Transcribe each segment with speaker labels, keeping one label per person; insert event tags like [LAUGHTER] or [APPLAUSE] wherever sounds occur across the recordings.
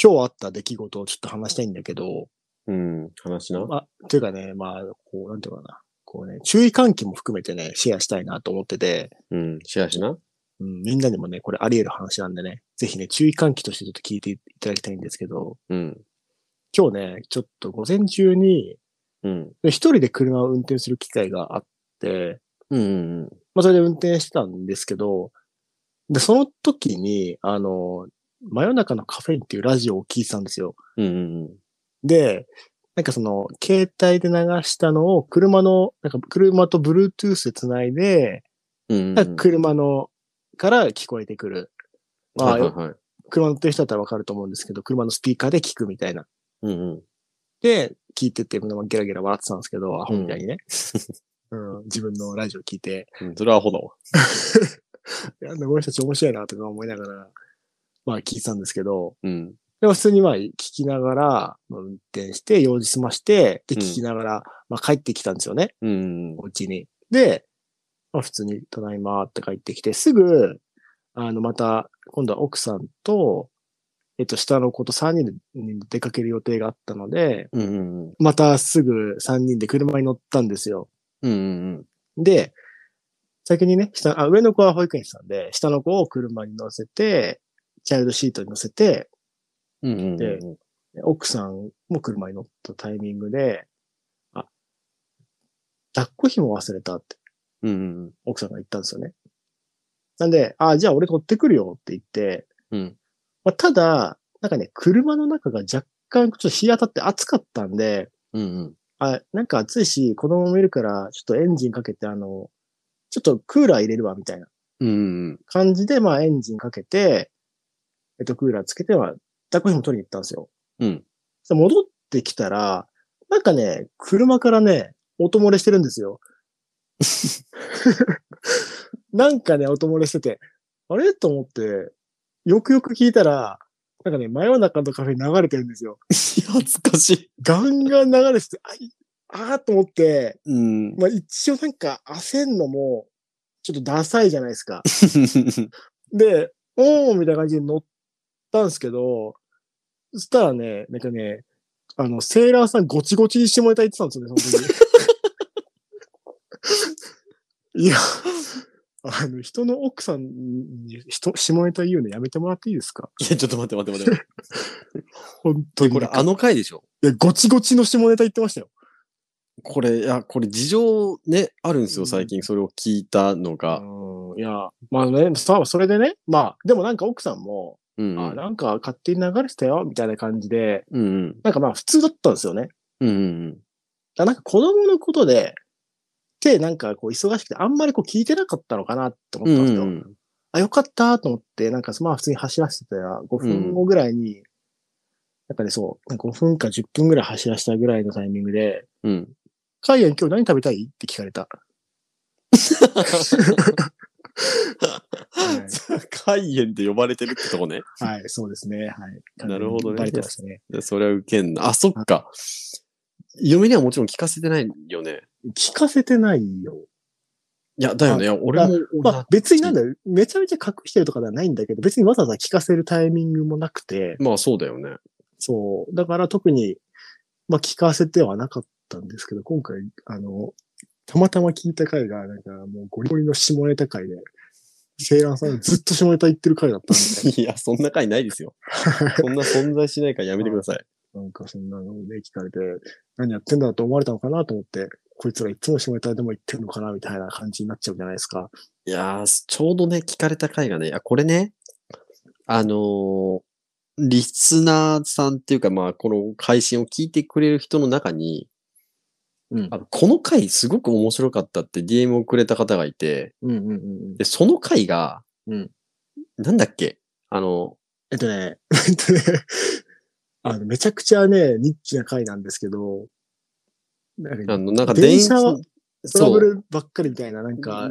Speaker 1: 今日あった出来事をちょっと話したいんだけど、
Speaker 2: うん、話な。
Speaker 1: まあ、というかね、まあ、こう、なんていうかな、こうね、注意喚起も含めてね、シェアしたいなと思ってて、
Speaker 2: うん、シェアしな。
Speaker 1: うん、みんなにもね、これあり得る話なんでね、ぜひね、注意喚起としてちょっと聞いていただきたいんですけど、
Speaker 2: うん、
Speaker 1: 今日ね、ちょっと午前中に、
Speaker 2: うん、
Speaker 1: で一人で車を運転する機会があって、
Speaker 2: うん、うん、
Speaker 1: まあ、それで運転してたんですけど、で、その時に、あの、真夜中のカフェインっていうラジオを聞いてたんですよ。
Speaker 2: うん、うん、
Speaker 1: で、なんかその、携帯で流したのを車の、なんか車と Bluetooth で繋いで、
Speaker 2: うん、うん、うん。
Speaker 1: 車の、から聞こえてくる。まあ
Speaker 2: はいはいはい。
Speaker 1: 車乗ってる人だったらわかると思うんですけど、車のスピーカーで聞くみたいな。
Speaker 2: うん、うん。
Speaker 1: で、聞いてて、まあゲラゲラ笑ってたんですけど、アホみたいに
Speaker 2: [LAUGHS]
Speaker 1: ね。うん、自分のラジオ聞いて、
Speaker 2: うんそれはアホだわ。
Speaker 1: いや、でも俺たち面白いなとか思いながら、まあ聞いてたんですけど、
Speaker 2: うん、
Speaker 1: でも普通にまあ聞きながら、まあ運転して、用事済まして、で、
Speaker 2: うん
Speaker 1: 聞きながら、まあ帰ってきたんですよね、
Speaker 2: うん、うん
Speaker 1: お家に。で、まあ普通に、ただいまって帰ってきて、すぐ、あの、また、今度は奥さんと、えっと、下の子と3人で出かける予定があったので、
Speaker 2: うん、うん、
Speaker 1: またすぐ3人で車に乗ったんですよ。
Speaker 2: うん、うん、
Speaker 1: で、先にね、下、あ、上の子は保育園さんで、下の子を車に乗せて、チャイルドシートに乗せて、
Speaker 2: うん、うん、
Speaker 1: で奥さんも車に乗ったタイミングで、あ、抱っこ紐忘れたって
Speaker 2: うん、うん、
Speaker 1: 奥さんが言ったんですよね。なんで、あ、じゃあ俺取ってくるよって言って、
Speaker 2: うん、
Speaker 1: まあ、ただ、なんかね、車の中が若干ちょっと日当たって暑かったんで、
Speaker 2: うん、
Speaker 1: あ、なんか暑いし、子供もいるから、ちょっとエンジンかけて、あの、ちょっとクーラー入れるわ、みたいな。
Speaker 2: うん、
Speaker 1: 感じで、まあエンジンかけて、えっと、クーラーつけて、まあ、抱っこ紐取りに行ったんですよ。
Speaker 2: うん。
Speaker 1: そしたら戻ってきたら、なんかね、車からね、音漏れしてるんですよ。なんかね、音漏れしてて、あれと思って、よくよく聞いたら、なんかね、真夜中のカフェに流れてるんですよ。
Speaker 2: 恥ずかしい。
Speaker 1: ガンガン流れてて、あい、あーと思って、
Speaker 2: [LAUGHS] うん。
Speaker 1: まあ一応なんか焦んのも、ちょっとダサいじゃないですか。で、おーみたいな感じで乗ったんですけど、そしたらね、なんかね、あの、セーラーさんごちごちにしてもらいたいって言ってたんですよね、その時。いや、 [LAUGHS] あの、人の奥さんに、人、下ネタ言うのやめてもらっていいですか
Speaker 2: いや、ちょっと待って待 [LAUGHS] って待って。
Speaker 1: 本当に。
Speaker 2: これあの回でしょ
Speaker 1: いや、ごちごちの下ネタ言ってましたよ。
Speaker 2: これ、いや、これ事情ね、あるんですよ、最近それを聞いたのが。
Speaker 1: うんいや、まあね、さそれでね、まあ、でもなんか奥さんも、
Speaker 2: うん。
Speaker 1: あ、なんか勝手に流れてたよ、みたいな感じで、
Speaker 2: うん、うん、
Speaker 1: なんかまあ普通だったんですよね。
Speaker 2: うん、うん。
Speaker 1: だなんか子供のことで、ってなんかこう忙しくて、あんまりこう聞いてなかったのかなって思っ
Speaker 2: う
Speaker 1: たん
Speaker 2: ん
Speaker 1: です
Speaker 2: う
Speaker 1: よ。
Speaker 2: ん
Speaker 1: あ、よかったと思って、なんかまあ普通に走らせてたら、5分後ぐらいに、なんかね、そう、なんか5分か10分ぐらい走らせたぐらいのタイミングで、
Speaker 2: [LAUGHS] うん。
Speaker 1: カイエン今日何食べたいって聞かれ
Speaker 2: [LAUGHS]
Speaker 1: た。はい
Speaker 2: 海縁で呼ばれてるってとこね。
Speaker 1: はい、そうですね。はい。
Speaker 2: なるほどね
Speaker 1: バレてましたね。
Speaker 2: でそれは受けんな。あ、そっか。嫁にはもちろん聞かせてないよね。
Speaker 1: 聞かせてないよ。
Speaker 2: いや、だよね。いや俺も、
Speaker 1: ま
Speaker 2: 俺
Speaker 1: あ別になんだよ、めちゃめちゃ隠してるとかではないんだけど、別にわざわざ聞かせるタイミングもなくて、
Speaker 2: まあそうだよね。
Speaker 1: そう。だから特に、まあ聞かせてはなかったんですけど、今回、あの、たまたま聞いた回が、なんかもうゴリゴリの下ネタ回で、セイランさんがずっと下ネタ言ってる回だったんで、
Speaker 2: いや、そんな回ないです
Speaker 1: [LAUGHS]
Speaker 2: よ。そんな存在しないからやめてください。
Speaker 1: なんかそんなので聞かれて、何やってんだと思われたのかなと思って、こいつらいつも下ネタでも言ってるのかなみたいな感じになっちゃうじゃないですか。
Speaker 2: いやー、ちょうどね、聞かれた回がね、いや、これね、あのーリスナーさんっていうか、まあ、この配信を聞いてくれる人の中に、
Speaker 1: うん
Speaker 2: あのこの回すごく面白かったって DM をくれた方がいて、
Speaker 1: うんうんうんうん。
Speaker 2: で、その回が、
Speaker 1: うん
Speaker 2: なんだっけあの、
Speaker 1: えっとね、 [LAUGHS] えっとね、あの、めちゃくちゃね、ニッチな回なんですけど、なん
Speaker 2: あ
Speaker 1: か
Speaker 2: のなんか
Speaker 1: 電
Speaker 2: 電
Speaker 1: 車
Speaker 2: 車、
Speaker 1: トラ
Speaker 2: そ
Speaker 1: ブ
Speaker 2: う、
Speaker 1: ルばっかりみたいな、なんか、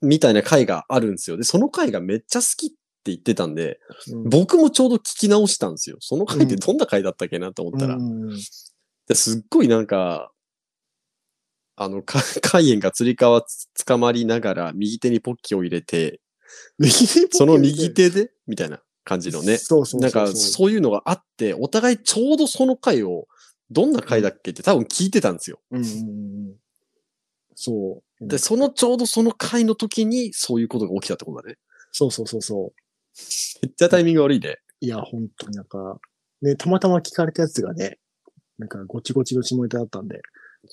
Speaker 2: みたいな回があるんですよ。で、その回がめっちゃ好きって言ってたんで、
Speaker 1: うん
Speaker 2: 僕もちょうど聞き直したんですよ。その回っ
Speaker 1: う
Speaker 2: て
Speaker 1: ん
Speaker 2: どんな回だったっけなと思ったら
Speaker 1: う、んうんうん
Speaker 2: ですっごいなんか、あの、か [LAUGHS] 海燕がつり革つ捕まりながら、右手にポッキーを入れて、
Speaker 1: 右手
Speaker 2: その右手で、みたいな。感じのね。
Speaker 1: そうそうそうそう。
Speaker 2: なんか、そういうのがあって、お互いちょうどその回を、どんな回だっけって多分聞いてたんですよ。
Speaker 1: うんうんうんうん。そう。
Speaker 2: で、そのちょうどその回の時に、そういうことが起きたってことだね。
Speaker 1: そうそうそうそう。
Speaker 2: めっちゃタイミング悪いね。
Speaker 1: いや、本当になんか、ね、たまたま聞かれたやつがね、なんかごちごちの下ネタだったんで。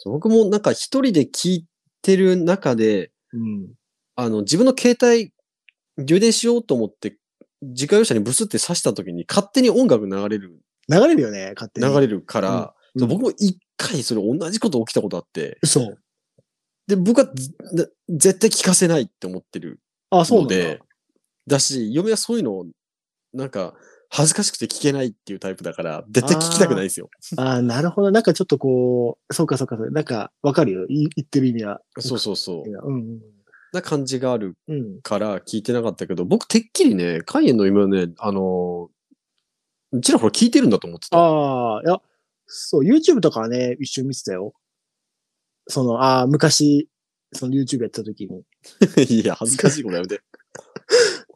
Speaker 2: 僕もなんか一人で聞いてる中で、
Speaker 1: うん。
Speaker 2: あの、自分の携帯、充電しようと思って、自家用車にブスって刺した時に勝手に音楽流れる、
Speaker 1: 流れるよね、勝手に。
Speaker 2: 流
Speaker 1: る。
Speaker 2: れるから、
Speaker 1: うんうん
Speaker 2: 僕も一回それ同じこと起きたことあって、
Speaker 1: そう。
Speaker 2: で、僕はずな絶対聞かせないって思ってる
Speaker 1: あ、そうなん
Speaker 2: の
Speaker 1: だ。
Speaker 2: で、だし、嫁はそういうのを、なんか、恥ずかしくて聞けないっていうタイプだから、絶対聞きたくないんですよ。
Speaker 1: [LAUGHS] あーなるほど。なんかちょっとこう、そうかそうかそうか。なんか、わかるよ。い言ってる意味は。
Speaker 2: そうそうそう
Speaker 1: う。。うん
Speaker 2: な感じがある
Speaker 1: うん。うん。
Speaker 2: から聞いてなかったけど、僕てっきりね、カイエンの今ね、あのー、ちらほら聞いてるんだと思ってた。
Speaker 1: ああ、いや、そう、YouTube とかはね、一瞬見てたよ。その、ああ、昔、その YouTube やってた時に。
Speaker 2: [LAUGHS] いや、恥ずかしいことや
Speaker 1: [LAUGHS]
Speaker 2: めて。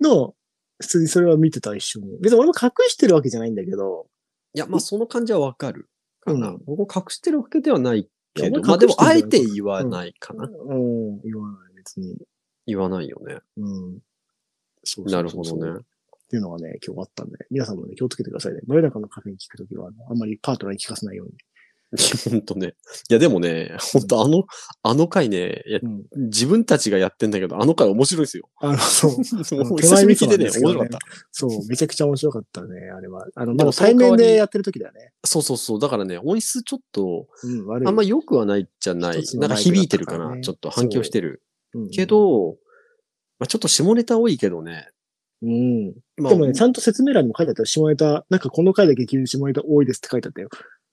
Speaker 1: の、普通にそれは見てた、一緒に。別に俺も隠してるわけじゃないんだけど。
Speaker 2: いや、まあその感じはわかるかな。
Speaker 1: うん
Speaker 2: 僕隠してるわけではないけ
Speaker 1: いや
Speaker 2: ど、
Speaker 1: 俺
Speaker 2: まあでも
Speaker 1: 隠してる
Speaker 2: あ
Speaker 1: わけ
Speaker 2: え
Speaker 1: じゃない
Speaker 2: て言わないかな。
Speaker 1: うん、言わない、別に。
Speaker 2: 言わないよね。
Speaker 1: うん。そうそうそうそう
Speaker 2: なるほどね
Speaker 1: っ。ていうのがね、今日あったんで、皆さんもね、気をつけてくださいね。真夜中のカフェに聞くときは、あんまりパートナーに聞かせないように。
Speaker 2: ほんとね。いや、でもね、ほんとあの、あの回ね、いや
Speaker 1: うん。
Speaker 2: 自分たちがやってんだけど、あの回面白いですよ。
Speaker 1: あの、そう。
Speaker 2: [LAUGHS] もう久しぶりに聞い
Speaker 1: 手前味
Speaker 2: てね、面
Speaker 1: 噌なん
Speaker 2: 白か
Speaker 1: ですけどね
Speaker 2: った。
Speaker 1: そう、めちゃくちゃ面白かったね、あれは。あの、
Speaker 2: で
Speaker 1: ま
Speaker 2: も
Speaker 1: だ
Speaker 2: その
Speaker 1: 対
Speaker 2: 代わり
Speaker 1: 面でやってる時だよね。
Speaker 2: そうそうそう。だからね、音質ちょっと、
Speaker 1: うん、悪い。
Speaker 2: あんま良くはないじゃない
Speaker 1: 一。つの
Speaker 2: なんか
Speaker 1: マイクだ
Speaker 2: 響
Speaker 1: っ
Speaker 2: いて
Speaker 1: た
Speaker 2: る
Speaker 1: か
Speaker 2: から
Speaker 1: ね
Speaker 2: な。ちょっと反響してる。
Speaker 1: うん
Speaker 2: け、ど、まあ、ちょっと下ネタ多いけどね。
Speaker 1: うん。
Speaker 2: まあ、
Speaker 1: でもね、ちゃんと説明欄にも書いてあったよ。下ネタ、なんかこの回だけ急に下ネタ多いですって書いてあったよ。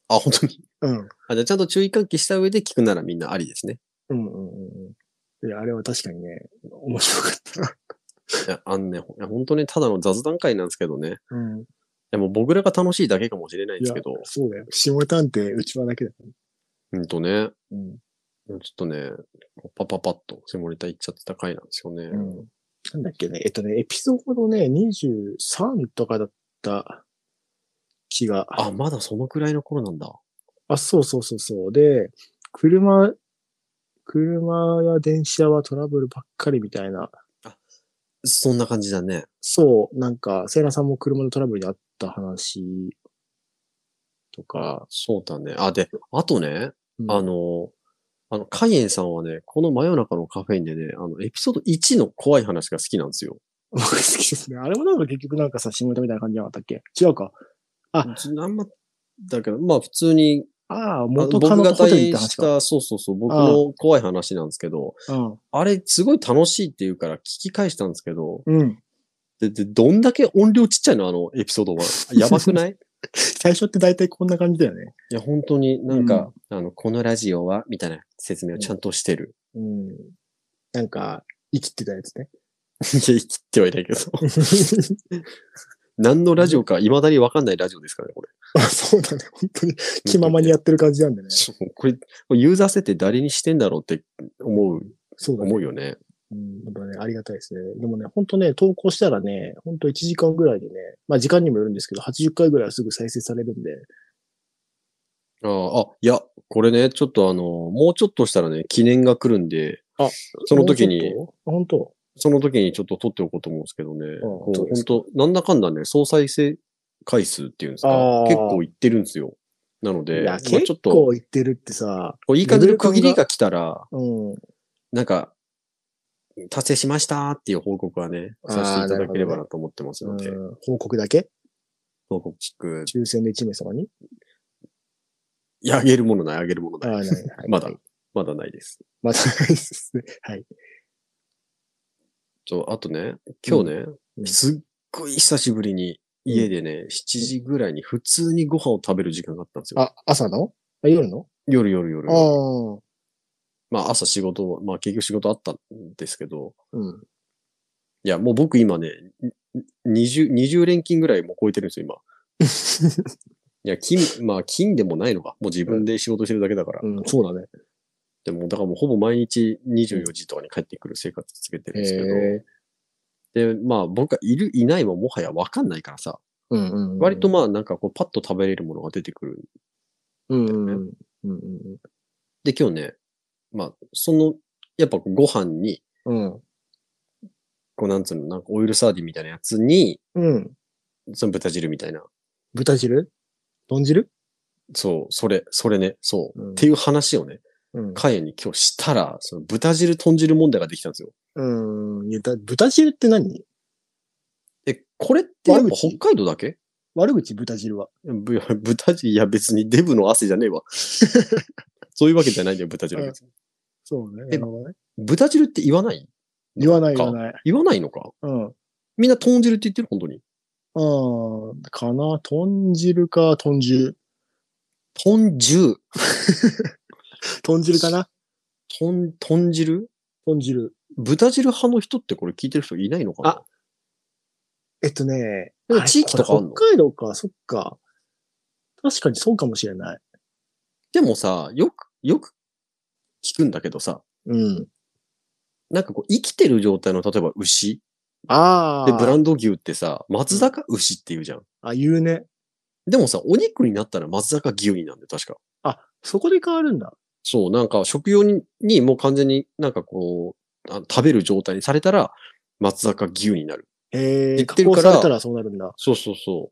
Speaker 2: あ、本当に。
Speaker 1: うん。
Speaker 2: あじゃあちゃんと注意喚起した上で聞くならみんなありですね。
Speaker 1: うんうんうんうん。いや、あれは確かにね、面白かった。
Speaker 2: いや、あのね、ほいや本当ね、ただの雑談会なんですけどね。い
Speaker 1: うん。
Speaker 2: や、もう僕らが楽しいだけかもしれないん
Speaker 1: い
Speaker 2: で
Speaker 1: や
Speaker 2: すけど、
Speaker 1: そうだよ。下ネタなんて、うちわだけだから。
Speaker 2: うんとね、
Speaker 1: うん。
Speaker 2: ちょっとね、パパパッと下ネタ行っちゃってた回なんですよね。
Speaker 1: うんなんだっけね、えっとね、エピソードね、23とかだった気が。
Speaker 2: あ、まだそのくらいの頃なんだ。
Speaker 1: あ、そうそうそうそう。で、車、車や電車はトラブルばっかりみたいな。
Speaker 2: そんな感じだね。
Speaker 1: そう、なんか、セイラさんも車のトラブルにあった話とか。
Speaker 2: そうだね。あ、で、あとね、
Speaker 1: うん
Speaker 2: あの、あの、カイエンさんはね、この真夜中のカフェインでね、あの、エピソード1の怖い話が好きなんですよ。
Speaker 1: 僕好きですね。あれもなんか結局なんかさ、下ネタみたいな感じじゃなかったっけ違うか。あ
Speaker 2: ちあんま、だけど、まあ普通に、
Speaker 1: ああ、
Speaker 2: あの
Speaker 1: 元
Speaker 2: 僕
Speaker 1: カノ
Speaker 2: が
Speaker 1: とホテル行っ
Speaker 2: 体演
Speaker 1: た話
Speaker 2: し
Speaker 1: か。
Speaker 2: た、そうそうそう、僕の怖い話なんですけど、あれすごい楽しいって言うから聞き返したんですけど、
Speaker 1: うん。うん。
Speaker 2: で、でどんだけ音量ちっちゃいのあのエピソー
Speaker 1: [LAUGHS]
Speaker 2: ドは。やばくない
Speaker 1: 最初って大体こんな感じだよね。
Speaker 2: いや、本当になんか、あの、このラジオは、みたいな説明をちゃんとし
Speaker 1: [LAUGHS]
Speaker 2: てる。
Speaker 1: うん。なんか、生きてたや
Speaker 2: [LAUGHS]
Speaker 1: つね。
Speaker 2: いや、生きてはいないけど。何のラジオか、未だにわかんないラジオですからね、これ。
Speaker 1: あそうだね。本当に気ままにやってる感じなんだね。
Speaker 2: そうこれ、これユーザー設定誰にしてんだろうって思う、
Speaker 1: そうだね
Speaker 2: 思。うよね。
Speaker 1: うん、やっぱね、ありがたいですね。でもね、ほんとね、投稿したらね、ほんと1時間ぐらいでね、まあ時間にもよるんですけど、80回ぐらいはすぐ再生されるんで、
Speaker 2: ああ、あいや、これね、ちょっとあの、もうちょっとしたらね、記念が来るんで、
Speaker 1: あ
Speaker 2: その時に、
Speaker 1: 本当
Speaker 2: その時にちょっと撮っておこうと思うんですけどね、こう
Speaker 1: そうで
Speaker 2: 本
Speaker 1: す
Speaker 2: 当なんだかんだね、総再生回数っていうんですか、
Speaker 1: あー
Speaker 2: 結構いってるんですよ。なの
Speaker 1: い
Speaker 2: で、ま
Speaker 1: や、
Speaker 2: あちょっ
Speaker 1: 結
Speaker 2: と、こ
Speaker 1: 構言ってるってさ、
Speaker 2: ういい感じ
Speaker 1: レベ
Speaker 2: の
Speaker 1: ル感
Speaker 2: 区
Speaker 1: が
Speaker 2: 切りが来たら、
Speaker 1: うん。
Speaker 2: なんか、達成しましたっていう報告はね、
Speaker 1: あー
Speaker 2: させていただければなと思ってますので、
Speaker 1: うん報告だけ
Speaker 2: 報告聞く。
Speaker 1: 抽選で1名様に
Speaker 2: いや、あげるものない、あげるもの
Speaker 1: あ
Speaker 2: な
Speaker 1: な
Speaker 2: い。
Speaker 1: いはい
Speaker 2: [LAUGHS] まだ
Speaker 1: はい、
Speaker 2: まだないです。
Speaker 1: まだないですね。はい。
Speaker 2: ちょ、あとね、今日ね、
Speaker 1: うん
Speaker 2: すっごい久しぶりに家でね、7時ぐらいに普通にご飯を食べる時間があったんですよ。
Speaker 1: あ、朝のあ夜の
Speaker 2: 夜夜夜。
Speaker 1: ああ。
Speaker 2: まあ朝仕事を、まあ結局仕事あったんですけど、
Speaker 1: うん。
Speaker 2: いや、もう僕今ね、に20、20連勤ぐらいもう超えてるんです
Speaker 1: [LAUGHS]
Speaker 2: よ、今。いや、金、まあ金でもないのか。もう自分で仕事してるだけだから。
Speaker 1: うん、そうだね。
Speaker 2: でも、だからもうほぼ毎日24時とかに帰ってくる生活続けてるんですけど、
Speaker 1: へえ。
Speaker 2: で、まあ僕がいる、いないももはやわかんないからさ、
Speaker 1: うんうんうん
Speaker 2: 割と、まあなんかこうパッと食べれるものが出てくる。
Speaker 1: うんうんうんうんうん
Speaker 2: で、今日ね、まあその、やっぱこうご飯に、
Speaker 1: うん。
Speaker 2: こうなんつうの、なんかオイルサーディンみたいなやつに、
Speaker 1: うん。
Speaker 2: その豚汁みたいな。
Speaker 1: 豚汁豚汁
Speaker 2: そう、それ、それね、そう。
Speaker 1: うん
Speaker 2: っていう話をね、
Speaker 1: うん。
Speaker 2: カエンに今日したら、その豚汁、豚汁問題ができたんですよ。
Speaker 1: うん。いやだ豚汁って何
Speaker 2: え、これってやっぱ
Speaker 1: 悪口
Speaker 2: 北海道だけ
Speaker 1: 悪口豚汁は。
Speaker 2: ぶ豚汁、いや別にデブの汗じゃねえ
Speaker 1: [LAUGHS]
Speaker 2: わ。そういうわけじゃないんだよ、豚汁は別に。
Speaker 1: そうね。
Speaker 2: え
Speaker 1: なるほどね
Speaker 2: 豚汁って言わない
Speaker 1: 言わない
Speaker 2: か
Speaker 1: 言わない。
Speaker 2: 言わないのか
Speaker 1: うん。
Speaker 2: みんな豚汁って言ってる本当に。
Speaker 1: ああ、かな。豚汁か、豚汁。
Speaker 2: 豚汁。
Speaker 1: 豚汁かな
Speaker 2: 豚、豚汁
Speaker 1: 豚汁。
Speaker 2: 豚汁派の人ってこれ聞いてる人いないのかな
Speaker 1: あえっとね。
Speaker 2: でも
Speaker 1: あれ
Speaker 2: 地域とかあんの
Speaker 1: これ北海道か、そっか。確かにそうかもしれない。
Speaker 2: でもさ、よく、よく聞くんだけどさ、
Speaker 1: うん。
Speaker 2: なんかこう生きてる状態の例えば牛
Speaker 1: ああ。
Speaker 2: でブランド牛ってさ、松坂牛って言うじゃん。
Speaker 1: あ、言うね。
Speaker 2: でもさ、お肉になったら松坂牛になるんだよ、確か。
Speaker 1: あ、そこで変わるんだ。
Speaker 2: そう、なんか食用ににもう完全になんかこう、あ食べる状態にされたら松坂牛になる。
Speaker 1: へえ、
Speaker 2: 言っ
Speaker 1: 加
Speaker 2: てる
Speaker 1: 工
Speaker 2: から
Speaker 1: されたらそうなるんだ。
Speaker 2: そうそうそ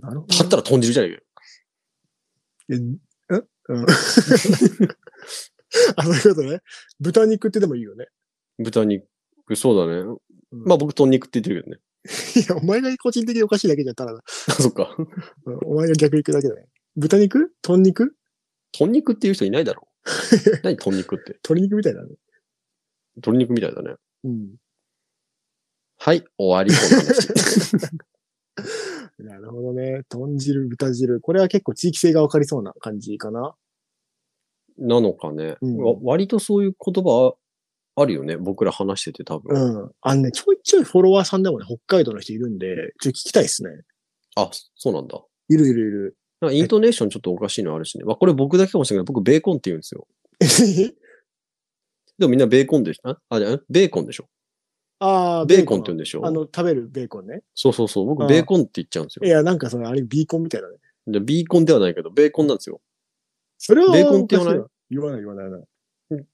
Speaker 2: う。
Speaker 1: なるほど。
Speaker 2: だったら豚汁じゃねえよ。
Speaker 1: え、んうん。 [LAUGHS] あ、そういうことね。豚肉ってでもいいよね。
Speaker 2: 豚肉、そうだね。
Speaker 1: うん
Speaker 2: まあ僕、豚肉って言ってるけどね。 [LAUGHS]
Speaker 1: いや、お前が個人的におかしいだけじゃただ、
Speaker 2: あ、そっ [LAUGHS] か。
Speaker 1: うんお前が逆行くだけだね。豚肉豚肉
Speaker 2: 豚肉っていう人いないだろ [LAUGHS] う。何豚肉って。
Speaker 1: 鶏肉みたいだね。
Speaker 2: 鶏肉みたいだね。
Speaker 1: うん。
Speaker 2: はい、終わり。この話
Speaker 1: なるほどね。豚汁、豚汁。これは結構地域性がわかりそうな感じかな。
Speaker 2: なのかね、
Speaker 1: うん
Speaker 2: わ割とそういう言葉あるよね。僕ら話してて多分。
Speaker 1: うん。あのね、ちょいちょいフォロワーさんでもね、北海道の人いるんで、ちょっと聞きたいですね。
Speaker 2: あ、そうなんだ。
Speaker 1: いるいる
Speaker 2: なんかイントネーションちょっとおかしいのあるしね。まあこれ僕だけかもしれないけど、僕ベーコンって言うんですよ。
Speaker 1: いる。 [LAUGHS]
Speaker 2: でもみんなベーコンでしょああ、じゃあベーコンでしょ
Speaker 1: ああ、
Speaker 2: ベーコンって言うんでしょ
Speaker 1: あの、食べるベーコンね。
Speaker 2: そうそうそう。
Speaker 1: う
Speaker 2: 僕
Speaker 1: ん
Speaker 2: ベーコンって言っちゃうんです
Speaker 1: い
Speaker 2: よ。
Speaker 1: や、なんかその、あれ、ビーコンみたいだね。
Speaker 2: でビーコンではないけど、ベーコンなんですよ。
Speaker 1: それは、
Speaker 2: ベーコンって言わない
Speaker 1: おかし言わない言わない言わない。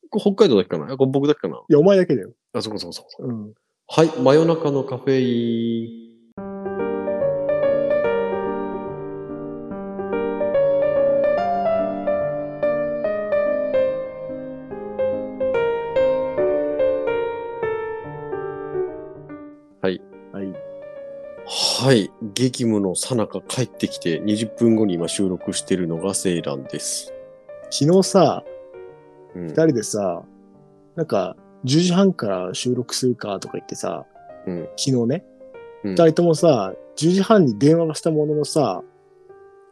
Speaker 2: これ北海道だけかなあこれ僕だけかない
Speaker 1: や、お前だけだよ。
Speaker 2: あ、そうかそうかそうか。
Speaker 1: うん。
Speaker 2: はい、真夜中のカフェイン。
Speaker 1: はい。
Speaker 2: はい、激務の最中帰ってきて20分後に今収録してるのがセイランです。
Speaker 1: 昨日さ、
Speaker 2: うん。
Speaker 1: 二人でさ、なんか、10時半から収録するかとか言ってさ、
Speaker 2: うん
Speaker 1: 昨日ね、
Speaker 2: うん
Speaker 1: 二人ともさ、10時半に電話がしたもののさ、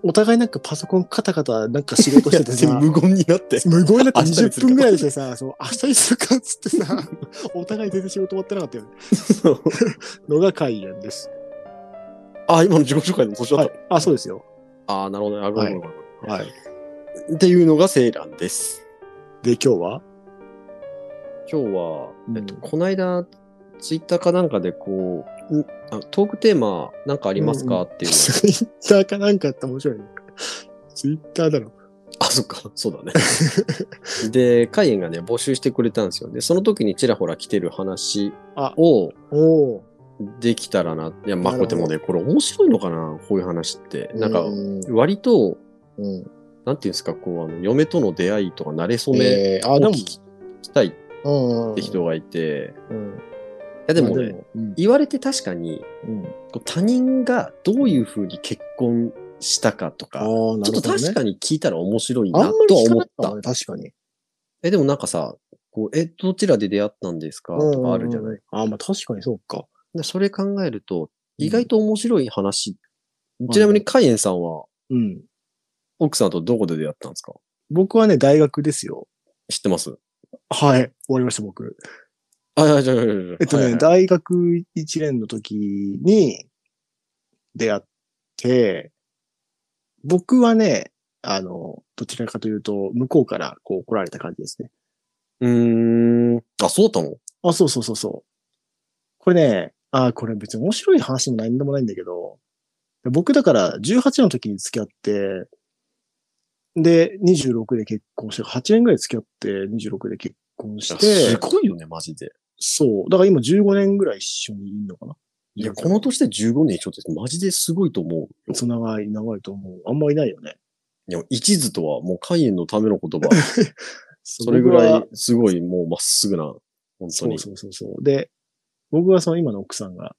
Speaker 1: お互いなんかパソコンカタカタなんか仕事しててさ、
Speaker 2: 無言になって。
Speaker 1: [LAUGHS] 無言になって
Speaker 2: 明日に
Speaker 1: 20
Speaker 2: するか
Speaker 1: 分ぐらいでしてさ、そう、明日にするかっつってさ、お互い全然仕事終わってなかったよね。のが会演です。
Speaker 2: あ、今の自己紹介の途中だ
Speaker 1: は
Speaker 2: っ
Speaker 1: い
Speaker 2: た。。
Speaker 1: あ、そうですよ。
Speaker 2: あー、なるほどね。あ、ごめんごめんごめん
Speaker 1: はい。
Speaker 2: っていうのがセイランです。
Speaker 1: で、今日は
Speaker 2: 今日は、
Speaker 1: うん [LAUGHS]
Speaker 2: えっと、この間、ツイッターかなんかでこう、んあトークテーマなんかあ
Speaker 1: あ
Speaker 2: りますかっていうの。
Speaker 1: ツイッターかなんかあって面白いね。ツイッターだろ。
Speaker 2: [LAUGHS] あ、そっか、そうだね。で、カイエンがね、募集してくれたんですよ。で、その時にちらほら来てる話
Speaker 1: あ
Speaker 2: を
Speaker 1: おお。
Speaker 2: できたらな。いや、まあ、
Speaker 1: な
Speaker 2: こ
Speaker 1: る
Speaker 2: れ
Speaker 1: ほ
Speaker 2: で
Speaker 1: ど
Speaker 2: もね、これ面白いのかなこういう話って。なんか
Speaker 1: う、ん
Speaker 2: 割と、
Speaker 1: うん。
Speaker 2: なんていうんですか、こう、あの嫁との出会いとか、慣れ初め
Speaker 1: えー、
Speaker 2: を
Speaker 1: あ、でも
Speaker 2: 聞、きたいっ
Speaker 1: うん。
Speaker 2: て人がいて、
Speaker 1: うん。
Speaker 2: いや、でも
Speaker 1: まあ
Speaker 2: ね、、言われて確かに、
Speaker 1: うん。
Speaker 2: こう他人がどういうふうに結婚したかとか、
Speaker 1: ああ、なるほど、ね。
Speaker 2: ちょっと確か
Speaker 1: に、
Speaker 2: に聞いたら面白い
Speaker 1: あん
Speaker 2: な
Speaker 1: ま
Speaker 2: と
Speaker 1: り
Speaker 2: は
Speaker 1: 聞か
Speaker 2: 思
Speaker 1: な
Speaker 2: っ
Speaker 1: いか
Speaker 2: た
Speaker 1: も。ね、確かに。
Speaker 2: え、でもなんかさ、こう、え、どちらで出会ったんですかとかあるじゃ
Speaker 1: うんうんう
Speaker 2: ない
Speaker 1: ん。あ、まあ確かにそうか。
Speaker 2: でそれ考えると、
Speaker 1: うん
Speaker 2: 意外と面白い話。
Speaker 1: ん
Speaker 2: ちなみにカイエンさんは
Speaker 1: うん。
Speaker 2: 奥さんとどこで出会ったんですか
Speaker 1: 僕はね、大学ですよ。
Speaker 2: 知ってます
Speaker 1: はい。終わりました、僕。
Speaker 2: あ、いやいやいやいやいや
Speaker 1: えっとね、
Speaker 2: はいはい
Speaker 1: 大学1年の時に出会って、僕はね、あの、どちらかというと、向こうからこう来られた感じですね。
Speaker 2: うーん。あ、そうだったの
Speaker 1: あ、そうそうそうそう。これね、あーこれ別に面白い話も何でもないんだけど、僕だから18の時に付き合って、で、26で結婚して、8年ぐらい付き合って、26で結婚し
Speaker 2: す
Speaker 1: て、
Speaker 2: ごいよね、マジで。
Speaker 1: そう。だから今15年ぐらい一緒にいるのかない
Speaker 2: や、この年で15年一緒ってマジですごいと思うよ。
Speaker 1: そう長い、長いと思う。あんまいないよね。
Speaker 2: いや、一途とはもう海縁のための言葉。それぐ
Speaker 1: 僕
Speaker 2: ら、
Speaker 1: はい
Speaker 2: すごいもうまっすぐな、本当
Speaker 1: そう
Speaker 2: に。
Speaker 1: そうそうそう。で、僕はその今の奥さんが、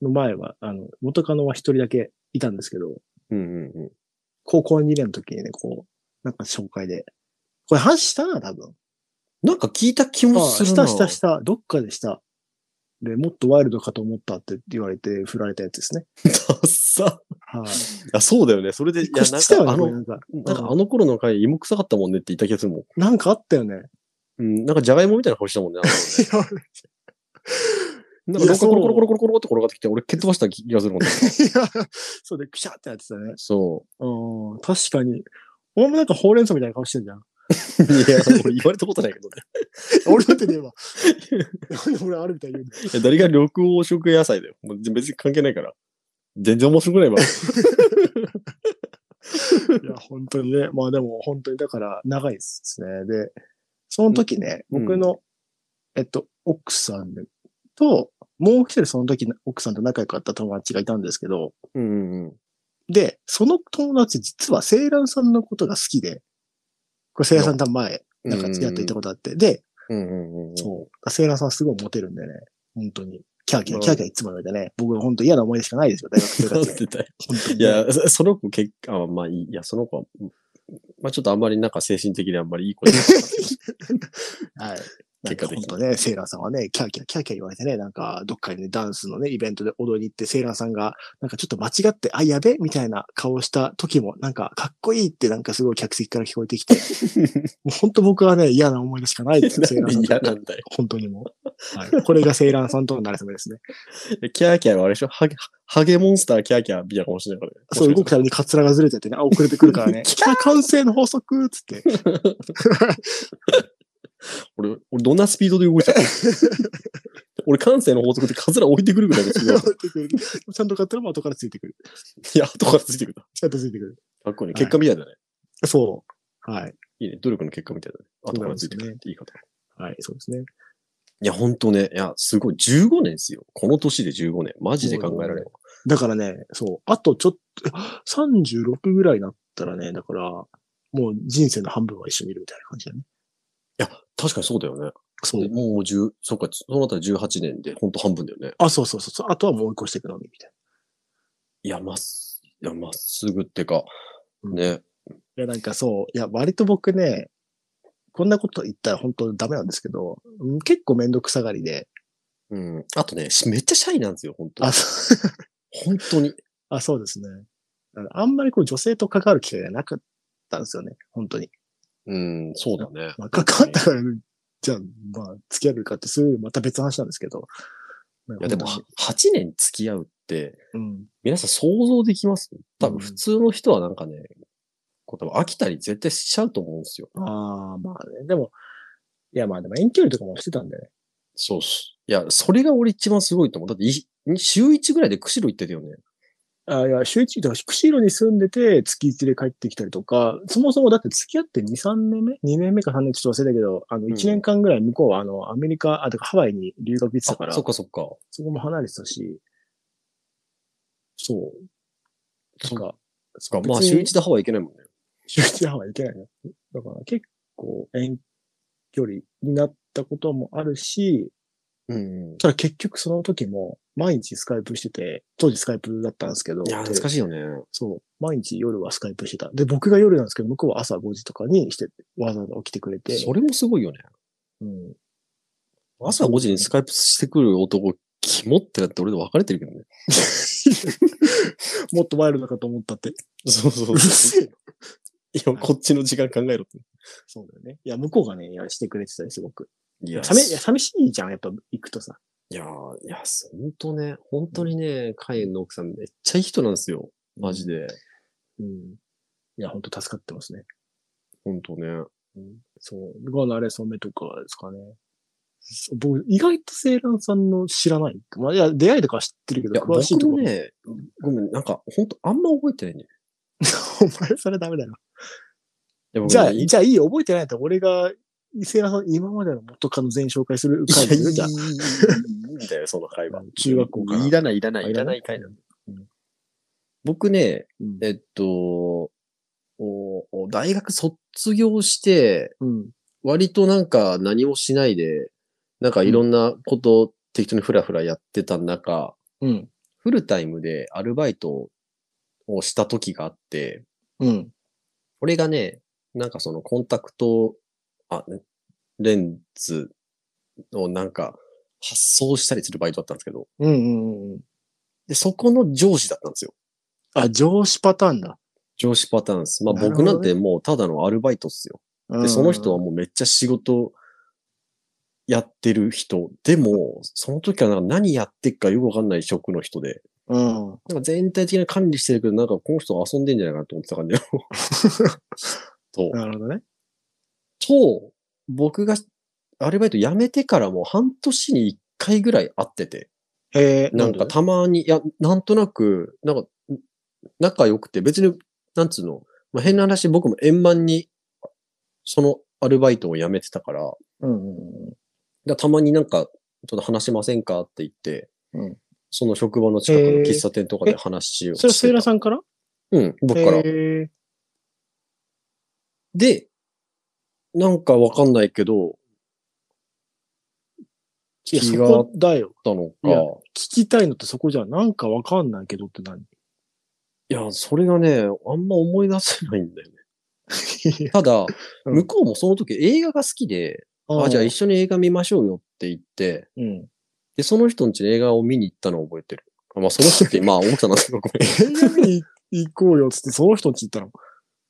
Speaker 1: の前は、あの、元カノは一人だけいたんですけど、
Speaker 2: うんうんうん。
Speaker 1: 高校2年の時にね、こう、なんか紹介で。これ話したな、多分。
Speaker 2: なんか聞いた気も
Speaker 1: あ
Speaker 2: する
Speaker 1: し
Speaker 2: な。
Speaker 1: たしたした、どっかでした。で、もっとワイルドかと思ったって言われて振られたやつですね。
Speaker 2: ダッサ。
Speaker 1: はい。
Speaker 2: あ、そうだよね。それで、い
Speaker 1: 一
Speaker 2: や、
Speaker 1: 個
Speaker 2: なん
Speaker 1: したよね、
Speaker 2: かあ
Speaker 1: これな
Speaker 2: の、
Speaker 1: んか。
Speaker 2: なんかあの頃の回、芋臭かったもんねって言った気がするもん。
Speaker 1: なんかあったよね。 [LAUGHS]
Speaker 2: うん、なんかじゃがいもみたいな顔したもんね。あのなん
Speaker 1: い
Speaker 2: か、
Speaker 1: や
Speaker 2: コロ
Speaker 1: そう
Speaker 2: コロコロコロコロって転がってきて、俺蹴っ飛ばした気がするもんね。
Speaker 1: いや、そうで、くしゃってやってたね。
Speaker 2: そ
Speaker 1: うん、確かに。お前もなんかほうれん草みたいな顔してん
Speaker 2: [LAUGHS]
Speaker 1: じゃん。
Speaker 2: う。いや、俺言われたことないけどね。
Speaker 1: 俺だってねえ [LAUGHS] わ。なんで俺あるみたいに言うんだよ
Speaker 2: いや誰が緑黄色野菜だよ。もう別に関係ないから。全然面白くないわ。
Speaker 1: いや、本当にね。まあでも本当にだから長いですね。で、その時ね、
Speaker 2: うん
Speaker 1: 僕の、えっと、奥さんと、もう一人その時の奥さんと仲良かった友達がいたんですけど、
Speaker 2: うんうんうん。
Speaker 1: で、その友達実はセイランさんのことが好きで、これセイランさんとは前、なんか付き合っていたことあって、で、
Speaker 2: うんうんうん。
Speaker 1: そう。セイランさんすごいモテるんだよね。本当に。キャーキャー、キャーキャーいつも言われてね。僕は本当嫌な思い出しかないですよ、大学生
Speaker 2: なん [LAUGHS]
Speaker 1: 活で。
Speaker 2: てだよ
Speaker 1: 本当に
Speaker 2: いや、そその子結果、あまあいい、いや、その子は、うんまあちょっとあんまりなんか精神的にあんまりいい子じゃなかったけど
Speaker 1: はい。
Speaker 2: 結果的
Speaker 1: な
Speaker 2: に
Speaker 1: んか本当ね、セイラーさんはね、キャーキャーキャーキャー言われてね、なんか、どっかにね、ダンスのね、イベントで踊りに行って、セイラーさんが、なんかちょっと間違って、あ、やべみたいな顔をした時も、なんか、かっこいいって、なんかすごい客席から聞こえてき [LAUGHS] て、もう本当僕はね、嫌な思い出しかない [LAUGHS]
Speaker 2: [LAUGHS]
Speaker 1: ですよ、セイラーさん
Speaker 2: 嫌
Speaker 1: と
Speaker 2: な。んだよ。
Speaker 1: 本当にもう。はい。これがセイラーさんとの馴れ初めですね。
Speaker 2: キャーキャーはあれでしょハゲ、ハゲモンスターキャーキャーみたいなかもしれないからね。
Speaker 1: [LAUGHS] そう、動くたびにカツラがずれててね、あ、遅れてくるからね、[LAUGHS]
Speaker 2: キ
Speaker 1: キャー完成の法則っつ [LAUGHS] って。
Speaker 2: 俺、俺どんなスピードで動い [LAUGHS] てたの俺、感性の法則でカズラ置いてくるぐらいの
Speaker 1: [LAUGHS]
Speaker 2: スピードだ [LAUGHS] った。
Speaker 1: ちゃんと買ったらも後からついてくる。
Speaker 2: いや、後からついてくるな。
Speaker 1: ちゃんとついてくる。
Speaker 2: かっこいいね。結果みたいだね。
Speaker 1: そう。はい。
Speaker 2: い、いね。努力の結果みたいだね。後からついてく
Speaker 1: そう
Speaker 2: る
Speaker 1: なんですね
Speaker 2: って言い方。
Speaker 1: はい、そうですね。
Speaker 2: いや、ほんとね。いや、すごい。15年ですよ。この年で15年。マジで考えられない。
Speaker 1: だからね、そう、あとちょっと、36ぐらいになったらね、だから、もう人生の半分は一緒にいるみたいな感じだね。
Speaker 2: いや、確かにそうだよね。
Speaker 1: そ
Speaker 2: で
Speaker 1: う。
Speaker 2: もう10、そっか、そのあたり18年で、ほんと半分だよね。
Speaker 1: あ、そうそうそうそう。あとはもう一個していくのみ、みたい
Speaker 2: いや、まっす、いや、まっすぐってか、
Speaker 1: うん
Speaker 2: ね。
Speaker 1: な。いや、なんかそう。いや、割と僕ね、こんなこと言ったら本当ダメなんですけど、うん結構めんどくさがりで。
Speaker 2: うん。あとね、しめっちゃシャイなんですよ、本当
Speaker 1: あ、そう [LAUGHS]
Speaker 2: 本当に。
Speaker 1: あそうですね。あのあんまりこう女性と関わる機会がなかったんですよね。本当に。
Speaker 2: うん、そうだね。
Speaker 1: まあ、関わったから、じゃあ、まあ、付き合えるかって、そういうまた別の話なんですけど。い
Speaker 2: いや、でも、は8年付き合うって、
Speaker 1: うん。
Speaker 2: 皆さん想像できます多
Speaker 1: うん
Speaker 2: 分、普通の人はなんかね、こう多分飽きたり絶対しちゃうと思うんですよ。
Speaker 1: ああ、まあね。でも、いやまあでも遠距離とかもしてたんでね。
Speaker 2: そうっす。いや、それが俺一番すごいと思う。だってい、週1ぐらいで釧路行ってたよね。
Speaker 1: ああ、いや、週一、だから釧路に住んでて、月一で帰ってきたりとか、そもそもだって付き合って2、3年目 ?2 年目か3年ちょっと忘れたけど、あの、
Speaker 2: ん
Speaker 1: 1年間ぐらい向こうは、あの、アメリカ、あ、てかハワイに留学行ってたから、
Speaker 2: あそっ
Speaker 1: そ
Speaker 2: かそっか。
Speaker 1: こも離れてたし、そう。なんか、
Speaker 2: そっかまあ、
Speaker 1: 別に
Speaker 2: 週1でハワイ行けないもんね。
Speaker 1: 週一半はいけないな。だから結構遠距離になったこともあるし、
Speaker 2: うん、
Speaker 1: ただ結局その時も毎日スカイプしてて、当時スカイプだったんですけど、
Speaker 2: いや、懐か
Speaker 1: しい。
Speaker 2: しいよね。
Speaker 1: そう、毎日夜はスカイプしてた。で、僕が夜なんですけど、向こうは朝5時とかにして、わざわざ起きてくれて、
Speaker 2: それもすごいよね。
Speaker 1: うん、
Speaker 2: 朝5時にスカイプしてくる男、キモってなって俺と別れてるけどね。
Speaker 1: もっとワイルドかと思ったって。
Speaker 2: そうそ
Speaker 1: [LAUGHS]
Speaker 2: う
Speaker 1: るせえ。
Speaker 2: いや、こっちの時間考えろって。
Speaker 1: そうだよね。いや、向こうがね、いやしてくれてたりすごく。
Speaker 2: [LAUGHS] い
Speaker 1: い
Speaker 2: や
Speaker 1: や、寂いや寂しいじゃん、やっぱ行くとさ。
Speaker 2: いや、いや、ほんとね、本当にね、カエンの奥さんめっちゃいい人なんですよ。マジで。
Speaker 1: うん。いや、ほんと助かってますね。
Speaker 2: ほんとね。
Speaker 1: うん、そう。僕はあれ、染めとかですかね。そう僕、意外とセイランさんの知らない。まあ、いや、出会いとかは知ってるけ
Speaker 2: い
Speaker 1: ど、
Speaker 2: や、
Speaker 1: 詳しい
Speaker 2: 僕
Speaker 1: とこ
Speaker 2: も
Speaker 1: ろ。
Speaker 2: ね、ごめん、なんか、本当あんま覚えてないね。
Speaker 1: [LAUGHS] お前、それダメだよ。
Speaker 2: いや僕ね
Speaker 1: じゃあ、
Speaker 2: いい
Speaker 1: じゃあいいよ、覚えてないんだったら俺が、セイランさん、今までの元カノ全員紹介する
Speaker 2: や
Speaker 1: 回
Speaker 2: い
Speaker 1: で
Speaker 2: いいいいい
Speaker 1: じゃあ
Speaker 2: いんだよ、その会話。
Speaker 1: [LAUGHS] 中学校から
Speaker 2: いらない、いらない、
Speaker 1: あ
Speaker 2: い
Speaker 1: い
Speaker 2: ら
Speaker 1: ら
Speaker 2: な
Speaker 1: ないい
Speaker 2: 会なんだよ僕ね、
Speaker 1: うん
Speaker 2: えっと、おお大学卒業して、
Speaker 1: うん。
Speaker 2: 割となんか何もしないで、なんかいろんなことを適当にフラフラやってた中、
Speaker 1: うん。
Speaker 2: フルタイムでアルバイトをした時があって、
Speaker 1: うん。
Speaker 2: これがね、なんかそのコンタクト、あ、レンズをなんか発送したりするバイトだったんですけど、
Speaker 1: うん。うん。うん。
Speaker 2: で、そこの上司だったんですよ。
Speaker 1: あ、上司パターンだ。
Speaker 2: 上司パターンです。まあ
Speaker 1: なる
Speaker 2: 僕
Speaker 1: ほどね
Speaker 2: なんてもうただのアルバイトっすよ。
Speaker 1: う
Speaker 2: で、
Speaker 1: ん
Speaker 2: その人はもうめっちゃ仕事やってる人。でも、その時はなんか何やってっかよくわかんない職の人で。
Speaker 1: うん。
Speaker 2: なんか全体的に管理してるけど、なんかこの人遊んでんじゃないかなと思ってた感じの。と、
Speaker 1: なるほどね。
Speaker 2: と、僕がアルバイト辞めてからもう半年に一回ぐらい会ってて。
Speaker 1: えー、
Speaker 2: なんかたまに、いや、なんとなく、なんか、仲良くて、別に、なんつうの、まあ、変な話、僕も円満に、そのアルバイトを辞めてたから、
Speaker 1: うんうん
Speaker 2: だたまになんか、ちょっと話しませんかって言って、
Speaker 1: うん
Speaker 2: その職場の近くの
Speaker 1: へー
Speaker 2: 喫茶店とかで話
Speaker 1: う
Speaker 2: を
Speaker 1: ん。それはセイラさ
Speaker 2: ん
Speaker 1: んから
Speaker 2: うん、僕から。
Speaker 1: え
Speaker 2: で、なんかわかんないけど、
Speaker 1: ー、いや、
Speaker 2: 気
Speaker 1: そ
Speaker 2: があっ
Speaker 1: こだよ。
Speaker 2: たのか、
Speaker 1: いや聞きたいのってそこじゃん。なんかわかんないけどって何 [LAUGHS]
Speaker 2: いや、それがね、あんま思い出せないんだよね。ただ、
Speaker 1: うん
Speaker 2: 向こうもその時映画が好きで、あ、じゃあ一緒に映画見ましょうよって言って、
Speaker 1: [LAUGHS] うん。
Speaker 2: で、その人の家に映画を見に行ったのを覚えてる。あまあ、その
Speaker 1: [LAUGHS]
Speaker 2: 人って、まあ、奥さんなんですけど、ごめん。
Speaker 1: 映画見に行こうよっつって、その人んち行ったの。